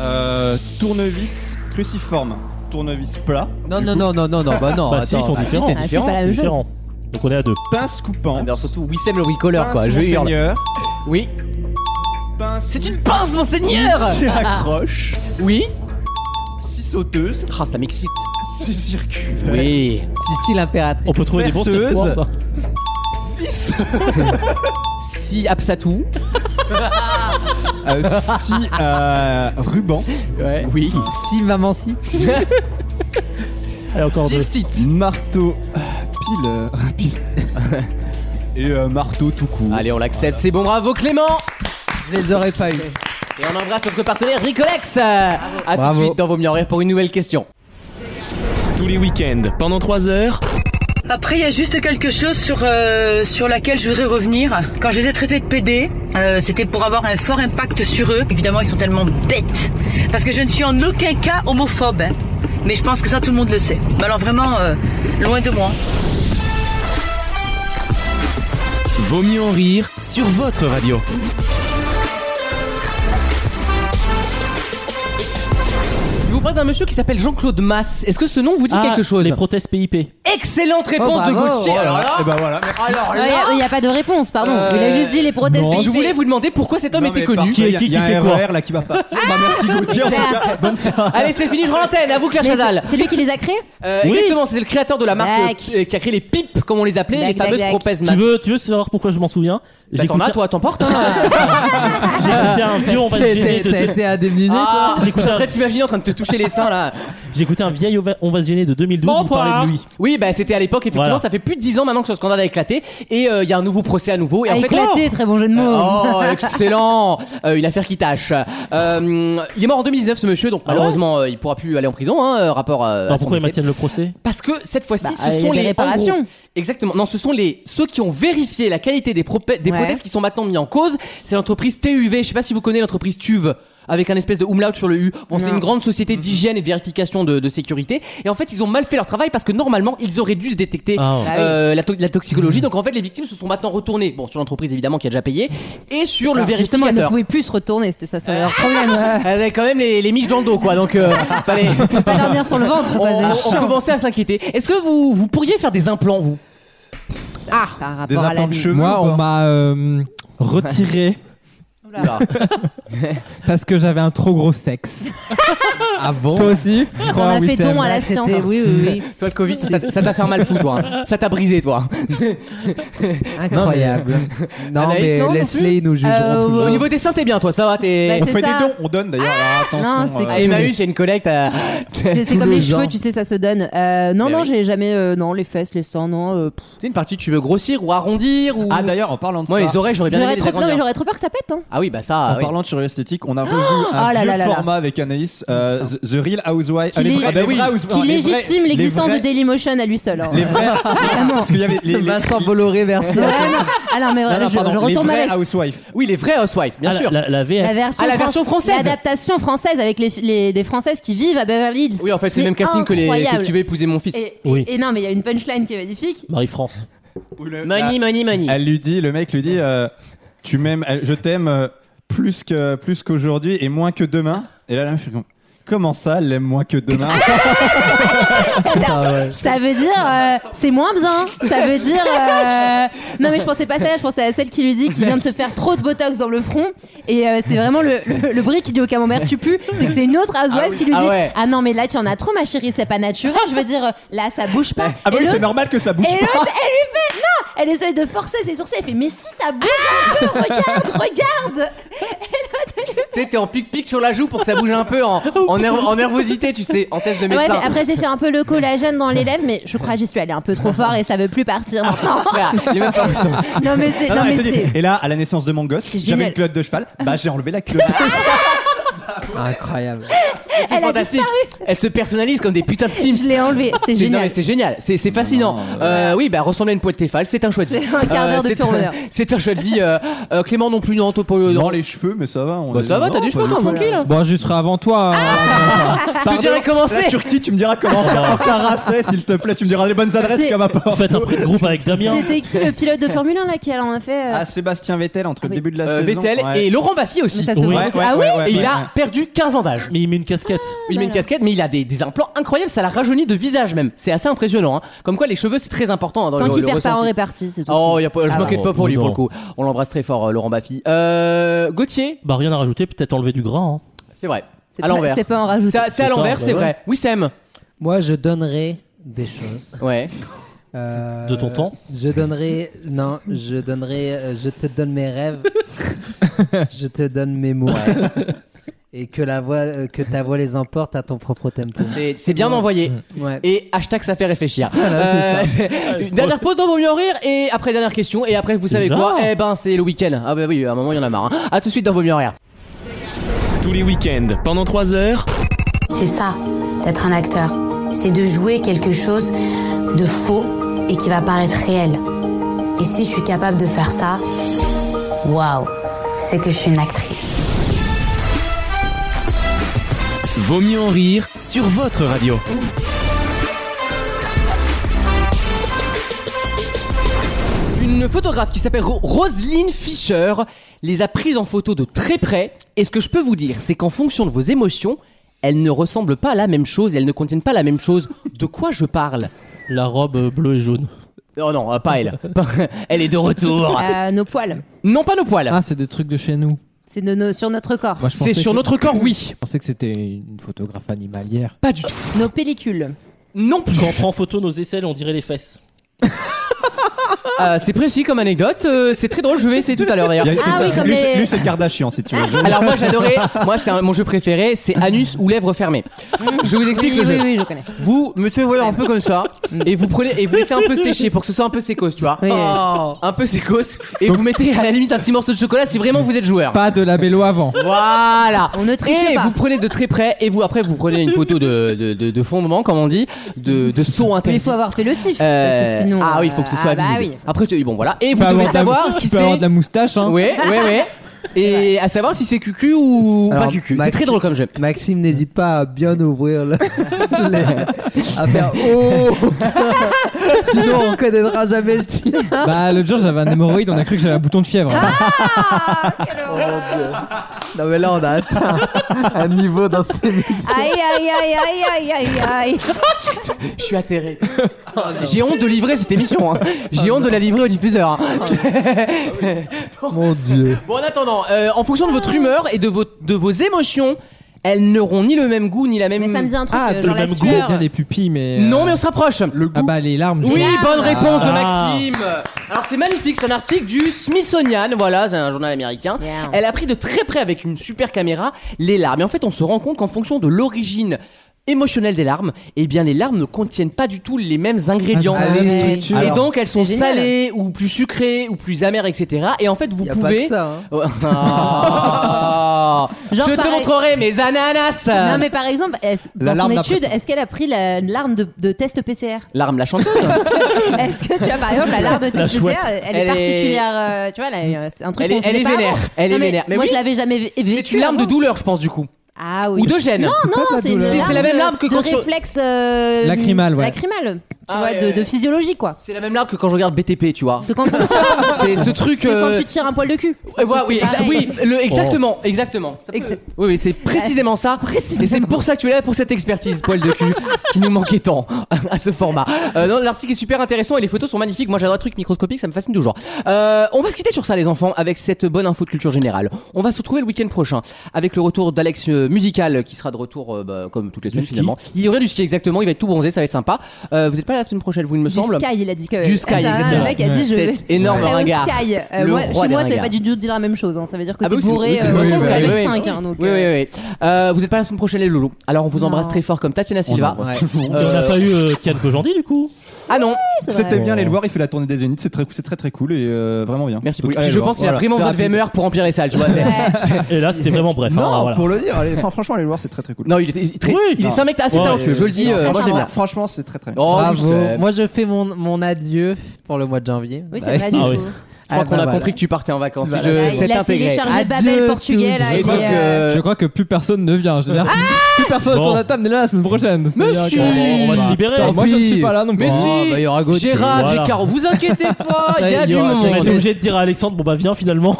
Speaker 6: Euh, tournevis cruciforme. Tournevis plat.
Speaker 7: non,
Speaker 6: Du
Speaker 7: non,
Speaker 6: coup,
Speaker 7: non, non, non, non,
Speaker 2: (laughs)
Speaker 7: bah non.
Speaker 3: Bah si, ils
Speaker 7: attends.
Speaker 3: sont
Speaker 2: Ah, si,
Speaker 3: différents.
Speaker 2: c'est
Speaker 4: Ah, c'est
Speaker 2: différent,
Speaker 4: pas la
Speaker 3: C'est
Speaker 4: même chose.
Speaker 3: différent. Donc on est à deux.
Speaker 6: Pince
Speaker 2: Ah,
Speaker 6: coupante.
Speaker 2: bien, surtout Wissem le bricoleur
Speaker 6: pince
Speaker 2: quoi. Je vais hurler.
Speaker 6: monseigneur.
Speaker 2: Oui.
Speaker 6: Pince
Speaker 2: C'est une pince, monseigneur
Speaker 6: qui accroche.
Speaker 2: Oui.
Speaker 6: Six sauteuses.
Speaker 2: Ah, ça m'excite.
Speaker 6: Six circulaires.
Speaker 2: Oui.
Speaker 7: Si, si, l'impératrice.
Speaker 3: On peut trouver des bons
Speaker 6: Perceuse.
Speaker 3: ce soir, ou pas
Speaker 6: Six.
Speaker 2: Si Absatou.
Speaker 6: Euh, six euh, rubans.
Speaker 2: Oui.
Speaker 7: Si, maman, si.
Speaker 3: Allez, encore deux.
Speaker 2: Si Stit.
Speaker 6: Marteau. euh, Pile. euh, pile. (laughs) Et euh, marteau tout court.
Speaker 2: Allez, on l'accepte. C'est bon, bravo Clément.
Speaker 7: Je les aurais pas eu.
Speaker 2: Et on embrasse notre partenaire Bricolex. A tout de
Speaker 7: Bravo.
Speaker 2: suite dans Vos Mieux en Rire pour une nouvelle question.
Speaker 1: Tous les week-ends, pendant 3 heures.
Speaker 8: Après, il y a juste quelque chose sur, euh, sur laquelle je voudrais revenir. Quand je les ai traités de PD, euh, c'était pour avoir un fort impact sur eux. Évidemment, ils sont tellement bêtes. Parce que je ne suis en aucun cas homophobe. hein. Mais je pense que ça, tout le monde le sait. Mais alors vraiment, euh, loin de moi.
Speaker 1: Vaut mieux en rire sur votre radio.
Speaker 2: Je vous parle d'un monsieur qui s'appelle Jean-Claude Masse. Est-ce que ce nom vous dit
Speaker 3: Ah,
Speaker 2: quelque chose
Speaker 3: Les prothèses PIP.
Speaker 2: Excellente réponse
Speaker 7: Oh,
Speaker 2: de
Speaker 7: bravo.
Speaker 2: Gauthier. alors là,
Speaker 6: Et ben voilà.
Speaker 2: alors là,
Speaker 4: Ah, Il n'y a, pas de réponse, pardon.
Speaker 2: Euh,
Speaker 4: Il a juste dit les prothèses.
Speaker 3: non.
Speaker 4: mais
Speaker 2: je
Speaker 4: il
Speaker 2: voulais
Speaker 4: fait-
Speaker 2: vous demander pourquoi cet homme était connu.
Speaker 6: Il y a,
Speaker 3: Qui- qui-
Speaker 6: y a
Speaker 3: qui fait
Speaker 6: un
Speaker 3: quoi
Speaker 6: RER là qui va pas. Bah, merci Gauthier en tout cas. Bonne soirée.
Speaker 2: Allez, c'est fini, je rends l'antenne. À vous, Claire
Speaker 4: Mais
Speaker 2: Chazal.
Speaker 4: c'est- C'est lui qui les a créés
Speaker 2: Euh,
Speaker 3: Oui.
Speaker 2: Exactement, c'était le créateur de la marque
Speaker 4: Dac.
Speaker 2: euh, qui a créé les pipes, comme on les appelait,
Speaker 4: Dac,
Speaker 2: les
Speaker 4: dac,
Speaker 2: fameuses
Speaker 4: dac.
Speaker 2: prothèses
Speaker 3: Tu
Speaker 2: Masse.
Speaker 3: veux, tu veux savoir pourquoi je m'en souviens
Speaker 2: Bah, T'en as,
Speaker 3: J'écoutais
Speaker 2: toi, t'en portes. Hein.
Speaker 3: j'écoutais un vieux, on va se gêner
Speaker 7: T'es-
Speaker 3: de
Speaker 7: T'as été indemnisé
Speaker 2: Ah,
Speaker 3: J'écoutais
Speaker 2: je suis en
Speaker 3: un-
Speaker 2: train de t'imaginer en train de te toucher les seins
Speaker 3: (laughs)
Speaker 2: là.
Speaker 3: J'écoutais un vieil Ova- On va se gêner de 2012 vous parlez de lui.
Speaker 2: Oui, bah c'était à l'époque, effectivement,
Speaker 3: Voilà.
Speaker 2: ça fait plus de 10 ans maintenant que ce scandale a éclaté. Et euh, il y a un nouveau procès à nouveau. Et
Speaker 4: A
Speaker 7: Ah,
Speaker 2: en fait,
Speaker 4: Ah, éclaté, très bon jeu de mots.
Speaker 2: Oh, excellent (laughs) Euh, Une affaire qui tâche. Euh, il est mort en 2019, ce monsieur, donc malheureusement, euh, il pourra plus aller en prison, hein, euh, rapport euh, à
Speaker 3: Alors
Speaker 2: son
Speaker 3: Ah pourquoi ils
Speaker 2: décès.
Speaker 3: maintiennent le procès
Speaker 2: Parce que cette fois-ci,
Speaker 4: Bah,
Speaker 2: ce
Speaker 4: il y
Speaker 2: sont
Speaker 4: avait
Speaker 2: les
Speaker 4: réparation.
Speaker 2: en gros, exactement. Non, ce sont les ceux qui ont vérifié la qualité des, propè- des
Speaker 4: Ouais.
Speaker 2: prothèses qui sont maintenant mis en cause. C'est l'entreprise TUV. Je sais pas si vous connaissez l'entreprise TUV. Avec un espèce de umlaut sur le U. Bon, c'est
Speaker 4: Non.
Speaker 2: une grande
Speaker 3: Mhm.
Speaker 2: société d'hygiène et de vérification de, de sécurité. Et en fait, ils ont mal fait leur travail parce que normalement, ils auraient dû le détecter
Speaker 3: Ah ouais. Mhm.
Speaker 4: Bah oui.
Speaker 2: euh, la, to- la toxicologie. Donc en fait, les victimes se sont maintenant retournées. Bon, sur l'entreprise évidemment qui a déjà payé et
Speaker 4: (laughs)
Speaker 2: sur le
Speaker 4: Alors, Justement, elle ne
Speaker 2: vérificateur.
Speaker 4: pouvait plus se retourner, c'était ça, c'est leur problème. ouais.
Speaker 2: (laughs) Elle avait quand même les, les miches dans le dos, quoi. Donc euh,
Speaker 4: (laughs)
Speaker 2: fallait.
Speaker 4: Pas dormir (laughs) sur le ventre,
Speaker 2: On,
Speaker 4: quoi, c'est
Speaker 2: Ah bah, on- on
Speaker 4: chiant.
Speaker 2: commençait à s'inquiéter. Est-ce que vous, vous pourriez faire des implants, vous
Speaker 4: par
Speaker 6: Des
Speaker 4: rapport à la
Speaker 6: implants de
Speaker 4: vie.
Speaker 6: cheveux. bah.
Speaker 5: Moi,
Speaker 6: ou
Speaker 5: on
Speaker 6: pas
Speaker 5: m'a euh, retiré
Speaker 2: Oula.
Speaker 5: (laughs) parce que j'avais un trop gros sexe.
Speaker 7: Ah bon
Speaker 5: Toi aussi Je
Speaker 4: On a fait
Speaker 5: Wissem.
Speaker 4: don à la science.
Speaker 7: C'était oui oui
Speaker 2: Toi, le Covid, ça ça t'a fait un mal fou, toi. hein. Ça t'a brisé, toi.
Speaker 7: oui incroyable. (laughs) Non
Speaker 2: Anaïs,
Speaker 7: mais
Speaker 2: non, non
Speaker 7: Leslie nous
Speaker 4: Euh,
Speaker 7: jugeront
Speaker 2: Au
Speaker 7: toujours.
Speaker 2: niveau des seins, t'es bien, toi. Ça va, t'es.
Speaker 4: Bah,
Speaker 6: On
Speaker 4: c'est
Speaker 6: fait
Speaker 4: ça.
Speaker 6: des dons, on donne d'ailleurs. Alors,
Speaker 4: Non,
Speaker 6: attention,
Speaker 4: c'est
Speaker 6: euh,
Speaker 2: Ah, Emmaüs, il y a une collecte à.
Speaker 4: C'est c'est
Speaker 2: (laughs)
Speaker 4: comme
Speaker 2: Tous
Speaker 4: les
Speaker 2: les
Speaker 4: cheveux,
Speaker 2: gens.
Speaker 4: tu sais, ça se donne. Euh, non,
Speaker 2: Mais
Speaker 4: non,
Speaker 2: oui.
Speaker 4: j'ai jamais. euh, non, les fesses, les seins, non. euh, pff.
Speaker 2: C'est une partie, tu veux grossir ou arrondir ou.
Speaker 6: Ah d'ailleurs, en parlant de
Speaker 2: Moi,
Speaker 6: ça,
Speaker 2: les oreilles, j'aurais bien aimé
Speaker 4: J'aurais
Speaker 2: les
Speaker 4: trop, non, mais
Speaker 2: agrandir.
Speaker 4: j'aurais trop peur que ça pète. Hein.
Speaker 2: Ah oui, bah ça.
Speaker 6: en
Speaker 2: oui.
Speaker 6: parlant de chirurgie esthétique, on a revu un
Speaker 4: Oh là
Speaker 6: vieux
Speaker 4: là là là.
Speaker 6: format avec Anaïs, euh, The The Real Housewives. Ah,
Speaker 4: Qui
Speaker 6: les
Speaker 4: lé-
Speaker 6: vrais-
Speaker 4: Ah bah
Speaker 6: les
Speaker 2: oui.
Speaker 6: vrais housewives,
Speaker 4: Qui
Speaker 6: les vrais-
Speaker 4: légitime
Speaker 6: les
Speaker 4: l'existence
Speaker 6: vrais-
Speaker 4: de Dailymotion à lui seul. hein.
Speaker 6: Les vrais. Parce qu'il y avait les. les-
Speaker 7: Vincent Bolloré version.
Speaker 4: Ouais, non. Ah non, mais
Speaker 6: Non, non,
Speaker 4: je,
Speaker 6: pardon,
Speaker 4: je
Speaker 6: les
Speaker 4: retourne ma
Speaker 6: vrais
Speaker 4: veste.
Speaker 6: housewives.
Speaker 2: Oui, les vrais housewives, bien
Speaker 3: Ah, la-
Speaker 2: sûr.
Speaker 3: La, la VF.
Speaker 4: La version,
Speaker 2: Ah, la version
Speaker 4: fran-
Speaker 2: française.
Speaker 4: L'adaptation française avec les, les- des françaises qui vivent à Beverly Hills.
Speaker 2: Oui, en fait, c'est le même casting que, les, que
Speaker 4: incroyable.
Speaker 2: tu veux épouser mon fils.
Speaker 4: Et, et-
Speaker 3: Oui.
Speaker 4: et non, mais il y a une punchline qui est magnifique.
Speaker 3: Marie-France.
Speaker 2: Money, money, money.
Speaker 6: Elle lui dit, le mec lui dit, euh, tu m'aimes, elle- je t'aime euh, plus que plus qu'aujourd'hui et moins que demain. Et là, là, je suis comme, comment ça, elle l'aime moins que demain
Speaker 4: Ah
Speaker 6: Ah
Speaker 4: Ça veut dire euh, c'est moins bien. Ça veut dire euh, non mais je pensais pas à celle-là. Je pensais à celle qui lui dit qu'il vient de se faire trop de botox dans le front et euh, c'est vraiment le, le, le bruit qui dit au camembert tu pues. C'est que c'est une autre housewife qui lui
Speaker 2: Ah
Speaker 4: dit
Speaker 2: ouais.
Speaker 4: ah non mais là tu en as trop ma chérie c'est pas naturel. Je veux dire euh, là ça bouge pas.
Speaker 6: Ah
Speaker 4: Et
Speaker 6: bah oui,
Speaker 4: l'autre-
Speaker 6: c'est normal que ça bouge
Speaker 4: et l'autre, elle lui
Speaker 6: pas.
Speaker 4: fait non, elle essaye de forcer ses sourcils. Elle fait mais si ça bouge un peu, regarde, regarde.
Speaker 2: Tu sais, t'es en pic-pic sur la joue pour que ça bouge un peu (laughs) en, en, ner- en nervosité, tu sais, en test de
Speaker 4: Ouais, mais
Speaker 2: médecin.
Speaker 4: après j'ai fait un peu le collagène dans les lèvres, mais je crois que j'y suis allée un peu trop fort et ça veut plus
Speaker 2: Ah,
Speaker 4: partir maintenant.
Speaker 2: Frère, les meufs, elles sont-
Speaker 4: Non mais c'est,
Speaker 6: Non,
Speaker 4: non,
Speaker 6: non, elle
Speaker 4: mais
Speaker 6: te dit,
Speaker 4: c'est.
Speaker 6: et là, à la naissance de mon gosse,
Speaker 4: C'est
Speaker 6: j'avais
Speaker 4: génial. Ah,
Speaker 6: une culotte de cheval. Bah, j'ai enlevé
Speaker 4: (laughs)
Speaker 6: la culotte.
Speaker 7: Incroyable.
Speaker 2: c'est
Speaker 4: Elle a
Speaker 2: fantastique. Elles se personnalisent comme des putains de
Speaker 4: Je
Speaker 2: Sims.
Speaker 4: l'ai enlevé, c'est
Speaker 2: C'est non,
Speaker 4: génial.
Speaker 2: mais c'est génial, c'est c'est fascinant. Euh, oui, bah ressembler à une poêle téfale, c'est un chouette. vie. Euh,
Speaker 4: C'est un quart d'heure de
Speaker 2: c'est
Speaker 4: pur
Speaker 2: un-
Speaker 4: bonheur.
Speaker 2: (laughs) C'est un chouette vie. euh, euh, Clément non plus, non, Topo.
Speaker 6: Dans
Speaker 2: Non,
Speaker 6: les cheveux, mais ça va. on
Speaker 2: Bah
Speaker 6: est-
Speaker 2: ça va,
Speaker 6: Non,
Speaker 2: t'as des
Speaker 6: pas
Speaker 2: cheveux
Speaker 6: du
Speaker 2: toi,
Speaker 6: tout.
Speaker 2: tranquille. hein.
Speaker 5: Bon, je serai avant toi. euh,
Speaker 2: Je te dirais comment
Speaker 6: La
Speaker 2: c'est.
Speaker 6: Turquie, tu me diras
Speaker 4: (laughs)
Speaker 6: comment faire un carasset, s'il te plaît. Tu me diras les bonnes adresses
Speaker 4: C'est-
Speaker 6: comme apport.
Speaker 3: Faites un prix de groupe avec Damien.
Speaker 4: C'était qui le pilote de Formule 1 là qui elle, en a fait euh,
Speaker 6: Ah, Sébastien Vettel, entre le
Speaker 4: oui.
Speaker 6: début de la
Speaker 2: Euh,
Speaker 6: saison.
Speaker 2: Vettel
Speaker 6: ouais.
Speaker 2: et Laurent Baffy aussi.
Speaker 4: mais ça se
Speaker 3: oui.
Speaker 4: voit.
Speaker 6: Ouais, ouais,
Speaker 4: Ah oui
Speaker 6: ouais, ouais,
Speaker 2: Et il
Speaker 6: ouais.
Speaker 2: a perdu 15 ans d'âge.
Speaker 3: Mais il met une casquette.
Speaker 4: Ah,
Speaker 2: Il met une casquette, mais il a des, des implants incroyables. Ça l'a rajeuni de visage même. C'est assez impressionnant. hein. Comme quoi, les cheveux, c'est très important hein, dans
Speaker 4: Tant
Speaker 2: le,
Speaker 4: qu'il
Speaker 2: le
Speaker 4: perd pas en
Speaker 2: ressenti.
Speaker 4: répartie, c'est tout.
Speaker 2: Oh, y a pas, je
Speaker 3: Ah
Speaker 2: m'inquiète
Speaker 3: ouais.
Speaker 2: pas pour lui
Speaker 3: Non.
Speaker 2: pour le coup. On l'embrasse très fort, euh, Laurent Baffy. Euh, Gauthier,
Speaker 3: Bah rien à rajouter, peut-être enlever du gras. hein.
Speaker 2: c'est vrai.
Speaker 4: C'est
Speaker 2: À
Speaker 4: pas-
Speaker 2: l'envers.
Speaker 4: C'est pas en rajout.
Speaker 2: C'est à- c'est à
Speaker 3: C'est ça,
Speaker 2: l'envers,
Speaker 3: bah
Speaker 2: c'est
Speaker 3: ouais.
Speaker 2: vrai. Oui, Sam.
Speaker 7: Moi je donnerais des choses.
Speaker 2: Ouais.
Speaker 7: Euh,
Speaker 3: De ton temps
Speaker 7: Je donnerai. Non, je donnerai. euh, Je te donne
Speaker 2: (laughs)
Speaker 7: mes rêves. je te donne mes mots. Et que, la voix, euh, que ta voix les emporte à ton propre tempo.
Speaker 2: C'est- C'est bien envoyé.
Speaker 7: Ouais. Ah,
Speaker 2: Et hashtag ça fait réfléchir.
Speaker 3: Ah,
Speaker 7: Voilà,
Speaker 2: Euh, (laughs) une dernière pause dans Vaut mieux en rire et après dernière question et après vous savez
Speaker 3: Déjà
Speaker 2: quoi Eh ben c'est le week-end. Ah bah oui, à un moment il y en a marre. hein. À tout de suite dans Vaut mieux en rire.
Speaker 1: Tous les week-ends, pendant 3 heures.
Speaker 10: C'est ça, d'être un acteur. C'est de jouer quelque chose de faux et qui va paraître réel. Et si je suis capable de faire ça, waouh, c'est que je suis une actrice.
Speaker 1: Vaut mieux en rire sur votre radio.
Speaker 2: Une photographe qui s'appelle Ro- Roselyne Fischer les a prises en photo de très près et ce que je peux vous dire c'est qu'en fonction de vos émotions, elles ne ressemblent pas à la même chose, elles ne contiennent pas la même chose. De quoi je parle
Speaker 3: La robe euh, bleue et jaune.
Speaker 2: Oh non, euh, pas elle. (laughs) Pas- elle est de retour.
Speaker 4: Euh, nos poils.
Speaker 2: Non, pas nos poils.
Speaker 5: Ah, c'est des trucs de chez nous.
Speaker 4: C'est de nos- sur notre corps.
Speaker 5: Moi, je
Speaker 2: C'est
Speaker 5: pensais
Speaker 2: sur
Speaker 5: que-
Speaker 2: notre corps, oui.
Speaker 5: Je pensais que c'était une photographe animalière.
Speaker 2: Pas du tout.
Speaker 4: Nos pellicules.
Speaker 2: Non plus.
Speaker 3: Quand on prend photo nos aisselles, on dirait les fesses.
Speaker 2: Euh, c'est précis comme anecdote. euh, c'est très drôle. Je vais essayer tout à l'heure
Speaker 5: (laughs)
Speaker 2: d'ailleurs.
Speaker 6: Il y a-
Speaker 4: Ah
Speaker 6: c'est-
Speaker 4: oui, comme
Speaker 6: lui,
Speaker 4: les- Ah,
Speaker 6: c'est- lui, c'est Kardashian si tu veux. Je-
Speaker 2: Alors moi j'adorais, moi c'est un- mon jeu préféré, c'est anus ou lèvres fermées. (laughs) Je vous explique
Speaker 4: oui,
Speaker 2: le jeu.
Speaker 4: oui, oui, je connais.
Speaker 2: Vous me faites voler un peu comme ça et vous prenez et vous laissez un peu sécher pour que ce soit un peu sécose, tu vois.
Speaker 4: Oui, oui.
Speaker 2: Oh, Un peu sécose et vous mettez à la limite un petit morceau de chocolat si vraiment vous êtes joueur.
Speaker 5: Pas de labello avant.
Speaker 2: Voilà.
Speaker 4: On ne triche
Speaker 2: et
Speaker 4: pas.
Speaker 2: Eh, vous prenez de très près et vous après vous prenez une photo de de, de, de fondement comme on dit, de de saut
Speaker 4: Mais
Speaker 2: interdit.
Speaker 4: il faut avoir fait le sif. Parce
Speaker 2: Euh,
Speaker 4: que sinon,
Speaker 2: ah oui, il
Speaker 4: euh,
Speaker 2: faut que ce soit
Speaker 4: ah, bah
Speaker 2: visible.
Speaker 4: oui.
Speaker 2: Après, tu- bon voilà. Et
Speaker 5: Tu
Speaker 2: vous
Speaker 5: peux
Speaker 2: devez
Speaker 5: avoir de la-
Speaker 2: savoir si
Speaker 5: tu peux avoir
Speaker 2: c'est
Speaker 5: de la moustache, hein.
Speaker 2: Ouais, ouais, ouais. (laughs) Et à savoir si c'est cucu ou
Speaker 7: Alors,
Speaker 2: pas cucu. C'est
Speaker 7: Maxi-
Speaker 2: très drôle comme jeu.
Speaker 7: Maxime n'hésite pas à bien
Speaker 2: (laughs)
Speaker 7: ouvrir le- les- à faire oh (laughs) sinon on connaîtra jamais le tien
Speaker 5: Bah, l'autre jour, j'avais un hémorroïde, on a cru que j'avais un bouton de fièvre.
Speaker 7: non mais là on a atteint un niveau dans ces musiques
Speaker 4: Aïe, aïe, aïe, aïe, aïe, aïe, aïe.
Speaker 2: Je suis atterré. (laughs) J'ai honte de livrer cette émission. hein. J'ai honte de la livrer au diffuseur. hein.
Speaker 7: Oh mon dieu
Speaker 2: Bon, en attendant, euh, en fonction de votre humeur et de vos, de vos émotions, elles n'auront ni le même goût ni la même.
Speaker 4: Mais ça me dit un truc,
Speaker 5: Ah,
Speaker 4: euh,
Speaker 5: de
Speaker 4: genre la
Speaker 5: même goût.
Speaker 4: sueur.
Speaker 5: Bien les pupilles, mais. euh,
Speaker 2: Non, mais on se rapproche.
Speaker 5: Ah bah, les larmes. je-
Speaker 2: Oui,
Speaker 4: Ah.
Speaker 2: bonne réponse de
Speaker 3: Ah.
Speaker 2: Maxime. Alors c'est magnifique, c'est un article du Smithsonian, voilà, c'est un journal américain.
Speaker 4: Yeah.
Speaker 2: Elle a pris de très près avec une super caméra les larmes. Et en fait, on se rend compte qu'en fonction de l'origine émotionnelle des larmes, eh bien les larmes ne contiennent pas du tout les mêmes ingrédients.
Speaker 5: Ah,
Speaker 7: la même
Speaker 4: ouais.
Speaker 7: structure
Speaker 2: et donc elles sont
Speaker 4: c'est génial.
Speaker 2: salées ou plus sucrées ou plus amères, etc. Et en fait, vous
Speaker 7: y a pas
Speaker 2: pouvez.
Speaker 7: que ça hein.
Speaker 2: (laughs) Oh. Je te
Speaker 4: pareil-
Speaker 2: montrerai mes ananas.
Speaker 4: Non, mais par exemple, est-ce- dans
Speaker 6: La
Speaker 4: son
Speaker 6: larme n'a
Speaker 4: étude,
Speaker 6: pas-
Speaker 4: est-ce qu'elle a pris la larme de, de test PCR
Speaker 2: Larme la chanteuse.
Speaker 4: Est-ce que tu as par exemple la larme de test PCR Elle,
Speaker 2: Elle est-
Speaker 4: est particulière, euh, tu vois, elle a eu, euh, c'est un truc
Speaker 2: Elle est-
Speaker 4: qu'on
Speaker 2: elle
Speaker 4: faisait
Speaker 2: est
Speaker 4: pas
Speaker 2: vénère,
Speaker 4: avant.
Speaker 2: elle est
Speaker 4: Non, mais
Speaker 2: vénère. Mais
Speaker 4: moi,
Speaker 2: oui,
Speaker 4: je l'avais jamais vé- vécu.
Speaker 2: C'est une larme de
Speaker 4: avant.
Speaker 2: douleur, je pense du coup,
Speaker 4: Ah oui.
Speaker 2: ou de gêne.
Speaker 4: Non, non, c'est une
Speaker 2: douleur. Si, c'est la
Speaker 4: larme
Speaker 2: même
Speaker 4: de-
Speaker 2: larme que
Speaker 4: de
Speaker 2: quand tu-
Speaker 4: réflexe euh,
Speaker 5: Lacrymale, ouais.
Speaker 4: Lacrymale, tu
Speaker 2: Ah
Speaker 4: vois,
Speaker 2: ouais,
Speaker 4: de,
Speaker 2: ouais.
Speaker 4: de physiologie quoi.
Speaker 2: C'est la même larme que quand je regarde BTP, tu vois.
Speaker 4: Que quand tu
Speaker 2: (laughs)
Speaker 4: tires,
Speaker 2: C'est ce truc.
Speaker 4: que
Speaker 2: euh,
Speaker 4: quand tu tires un poil de cul.
Speaker 2: ouais,
Speaker 4: Parce que
Speaker 2: oui,
Speaker 4: c'est
Speaker 2: exa-
Speaker 4: pareil.
Speaker 2: oui, le- exactement, exactement. Ça peut-
Speaker 4: Exact-
Speaker 2: Oui, oui, c'est précisément ça. Et c'est pour ça que tu es là pour cette expertise, poil de
Speaker 4: (laughs)
Speaker 2: cul, qui nous manquait tant à ce format. Euh, non, L'article est super intéressant et les photos sont magnifiques. Moi, j'adore les trucs microscopiques, ça me fascine toujours. Euh, on va se quitter sur ça, les enfants, avec cette bonne info de culture générale. On va se retrouver le week-end prochain avec le retour d'Alex euh, Musical, qui sera de retour euh, bah, comme toutes les semaines finalement. Il y aurait du ski, exactement. Il va être tout bronzé, ça va être sympa. Euh, vous n'êtes pas là la semaine prochaine, vous, il me
Speaker 4: Du
Speaker 2: semble.
Speaker 4: Sky, il a dit que.
Speaker 2: Du Sky,
Speaker 4: Ah, ça,
Speaker 2: exactement.
Speaker 4: Le mec a dit je
Speaker 2: Cet
Speaker 4: vais.
Speaker 2: énorme
Speaker 4: je serai au
Speaker 2: ringard.
Speaker 4: Sky. Euh,
Speaker 2: Le
Speaker 4: moi,
Speaker 2: roi des
Speaker 4: chez moi, c'est
Speaker 2: ringards.
Speaker 4: pas du tout dire la même chose. hein. Ça veut dire que
Speaker 2: Ah bah
Speaker 4: t'es
Speaker 2: oui, c'est-
Speaker 4: bourré.
Speaker 2: oui, c'est
Speaker 4: euh,
Speaker 2: vrai,
Speaker 4: au
Speaker 2: oui,
Speaker 4: sens
Speaker 2: oui,
Speaker 4: avec
Speaker 2: oui.
Speaker 4: cinq, hein, donc,
Speaker 2: Oui, oui,
Speaker 4: euh,
Speaker 2: oui. Euh, vous n'êtes pas la semaine prochaine, les loulous. Alors on vous
Speaker 4: Non.
Speaker 2: embrasse très fort comme Tatiana Silva.
Speaker 6: embrasse.
Speaker 2: Ouais.
Speaker 3: Et on n'a
Speaker 2: Euh,
Speaker 3: pas eu euh, Kian Kojandi du coup
Speaker 2: Ah non,
Speaker 4: c'est vrai.
Speaker 6: C'était bien aller le voir, il fait la tournée des Zéniths, c'est très, c'est très très cool et euh, vraiment bien.
Speaker 2: merci
Speaker 6: Donc,
Speaker 2: beaucoup.
Speaker 6: allez
Speaker 2: Je
Speaker 6: le voir,
Speaker 2: pense qu'il a
Speaker 6: voilà.
Speaker 2: vraiment
Speaker 6: C'est
Speaker 2: besoin de
Speaker 6: rapide.
Speaker 2: VMR pour remplir les salles, tu vois. c'est-
Speaker 3: Et là, c'était vraiment bref. hein,
Speaker 6: Non,
Speaker 3: voilà.
Speaker 6: pour le dire, allez, fran- franchement, allez le voir, c'est très très cool.
Speaker 2: Non, il est, il est très,
Speaker 3: Oui.
Speaker 2: il est
Speaker 3: Non.
Speaker 2: un mec assez
Speaker 3: Ouais.
Speaker 2: talentueux, je le dis,
Speaker 4: Il est
Speaker 2: euh, moi
Speaker 4: très
Speaker 2: je l'aime
Speaker 4: sympa.
Speaker 2: bien.
Speaker 6: Franchement, c'est très très bien.
Speaker 2: Oh,
Speaker 7: Bravo.
Speaker 2: Gustave.
Speaker 7: (laughs) Moi, je fais mon, mon adieu pour le mois de janvier.
Speaker 4: Oui, c'est vrai, du
Speaker 3: Ah oui.
Speaker 4: coup.
Speaker 2: Je crois qu'on a compris que tu partais en vacances.
Speaker 7: Voilà.
Speaker 2: Je-
Speaker 4: Ouais,
Speaker 2: C'est
Speaker 4: il a
Speaker 2: intégré.
Speaker 4: téléchargé
Speaker 7: Adieu,
Speaker 4: Babel
Speaker 7: tous.
Speaker 4: portugais là.
Speaker 7: Et
Speaker 2: Et
Speaker 4: il
Speaker 2: donc,
Speaker 4: est, euh,
Speaker 2: euh,
Speaker 5: Je crois que plus personne ne vient. J'ai l'air- plus personne autour de la table n'est là la semaine prochaine. C'est-à-dire
Speaker 2: Ah Monsieur
Speaker 5: que-
Speaker 3: On va se libérer.
Speaker 5: Bah, Moi, je ne suis pas là non plus.
Speaker 2: Mais si
Speaker 7: bah, il y aura Gauthier.
Speaker 2: Gérard,
Speaker 3: Voilà.
Speaker 2: j'ai Caro, vous inquiétez pas, il y a
Speaker 7: Il y
Speaker 2: du
Speaker 7: aura-
Speaker 2: monde.
Speaker 3: On a été obligé de dire à Alexandre, bon bah viens finalement.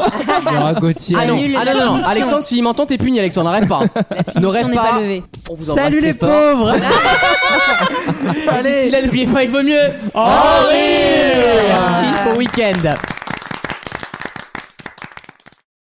Speaker 7: Il y aura Gauthier.
Speaker 2: Ah non,
Speaker 4: Annule
Speaker 2: ah non,
Speaker 4: la
Speaker 2: non, non,
Speaker 4: punition.
Speaker 2: Alexandre, s'il m'entend, t'es puni, Alexandre, arrête pas. Ne
Speaker 4: si on
Speaker 2: rêve
Speaker 4: n'est pas
Speaker 2: pas.
Speaker 4: levé.
Speaker 2: On vous embrasse
Speaker 7: Salut les
Speaker 2: très fort.
Speaker 7: pauvres
Speaker 2: Allez, si là, n'oubliez pas, il vaut mieux.
Speaker 3: En
Speaker 2: rire. Merci,
Speaker 4: Ah.
Speaker 2: bon week-end.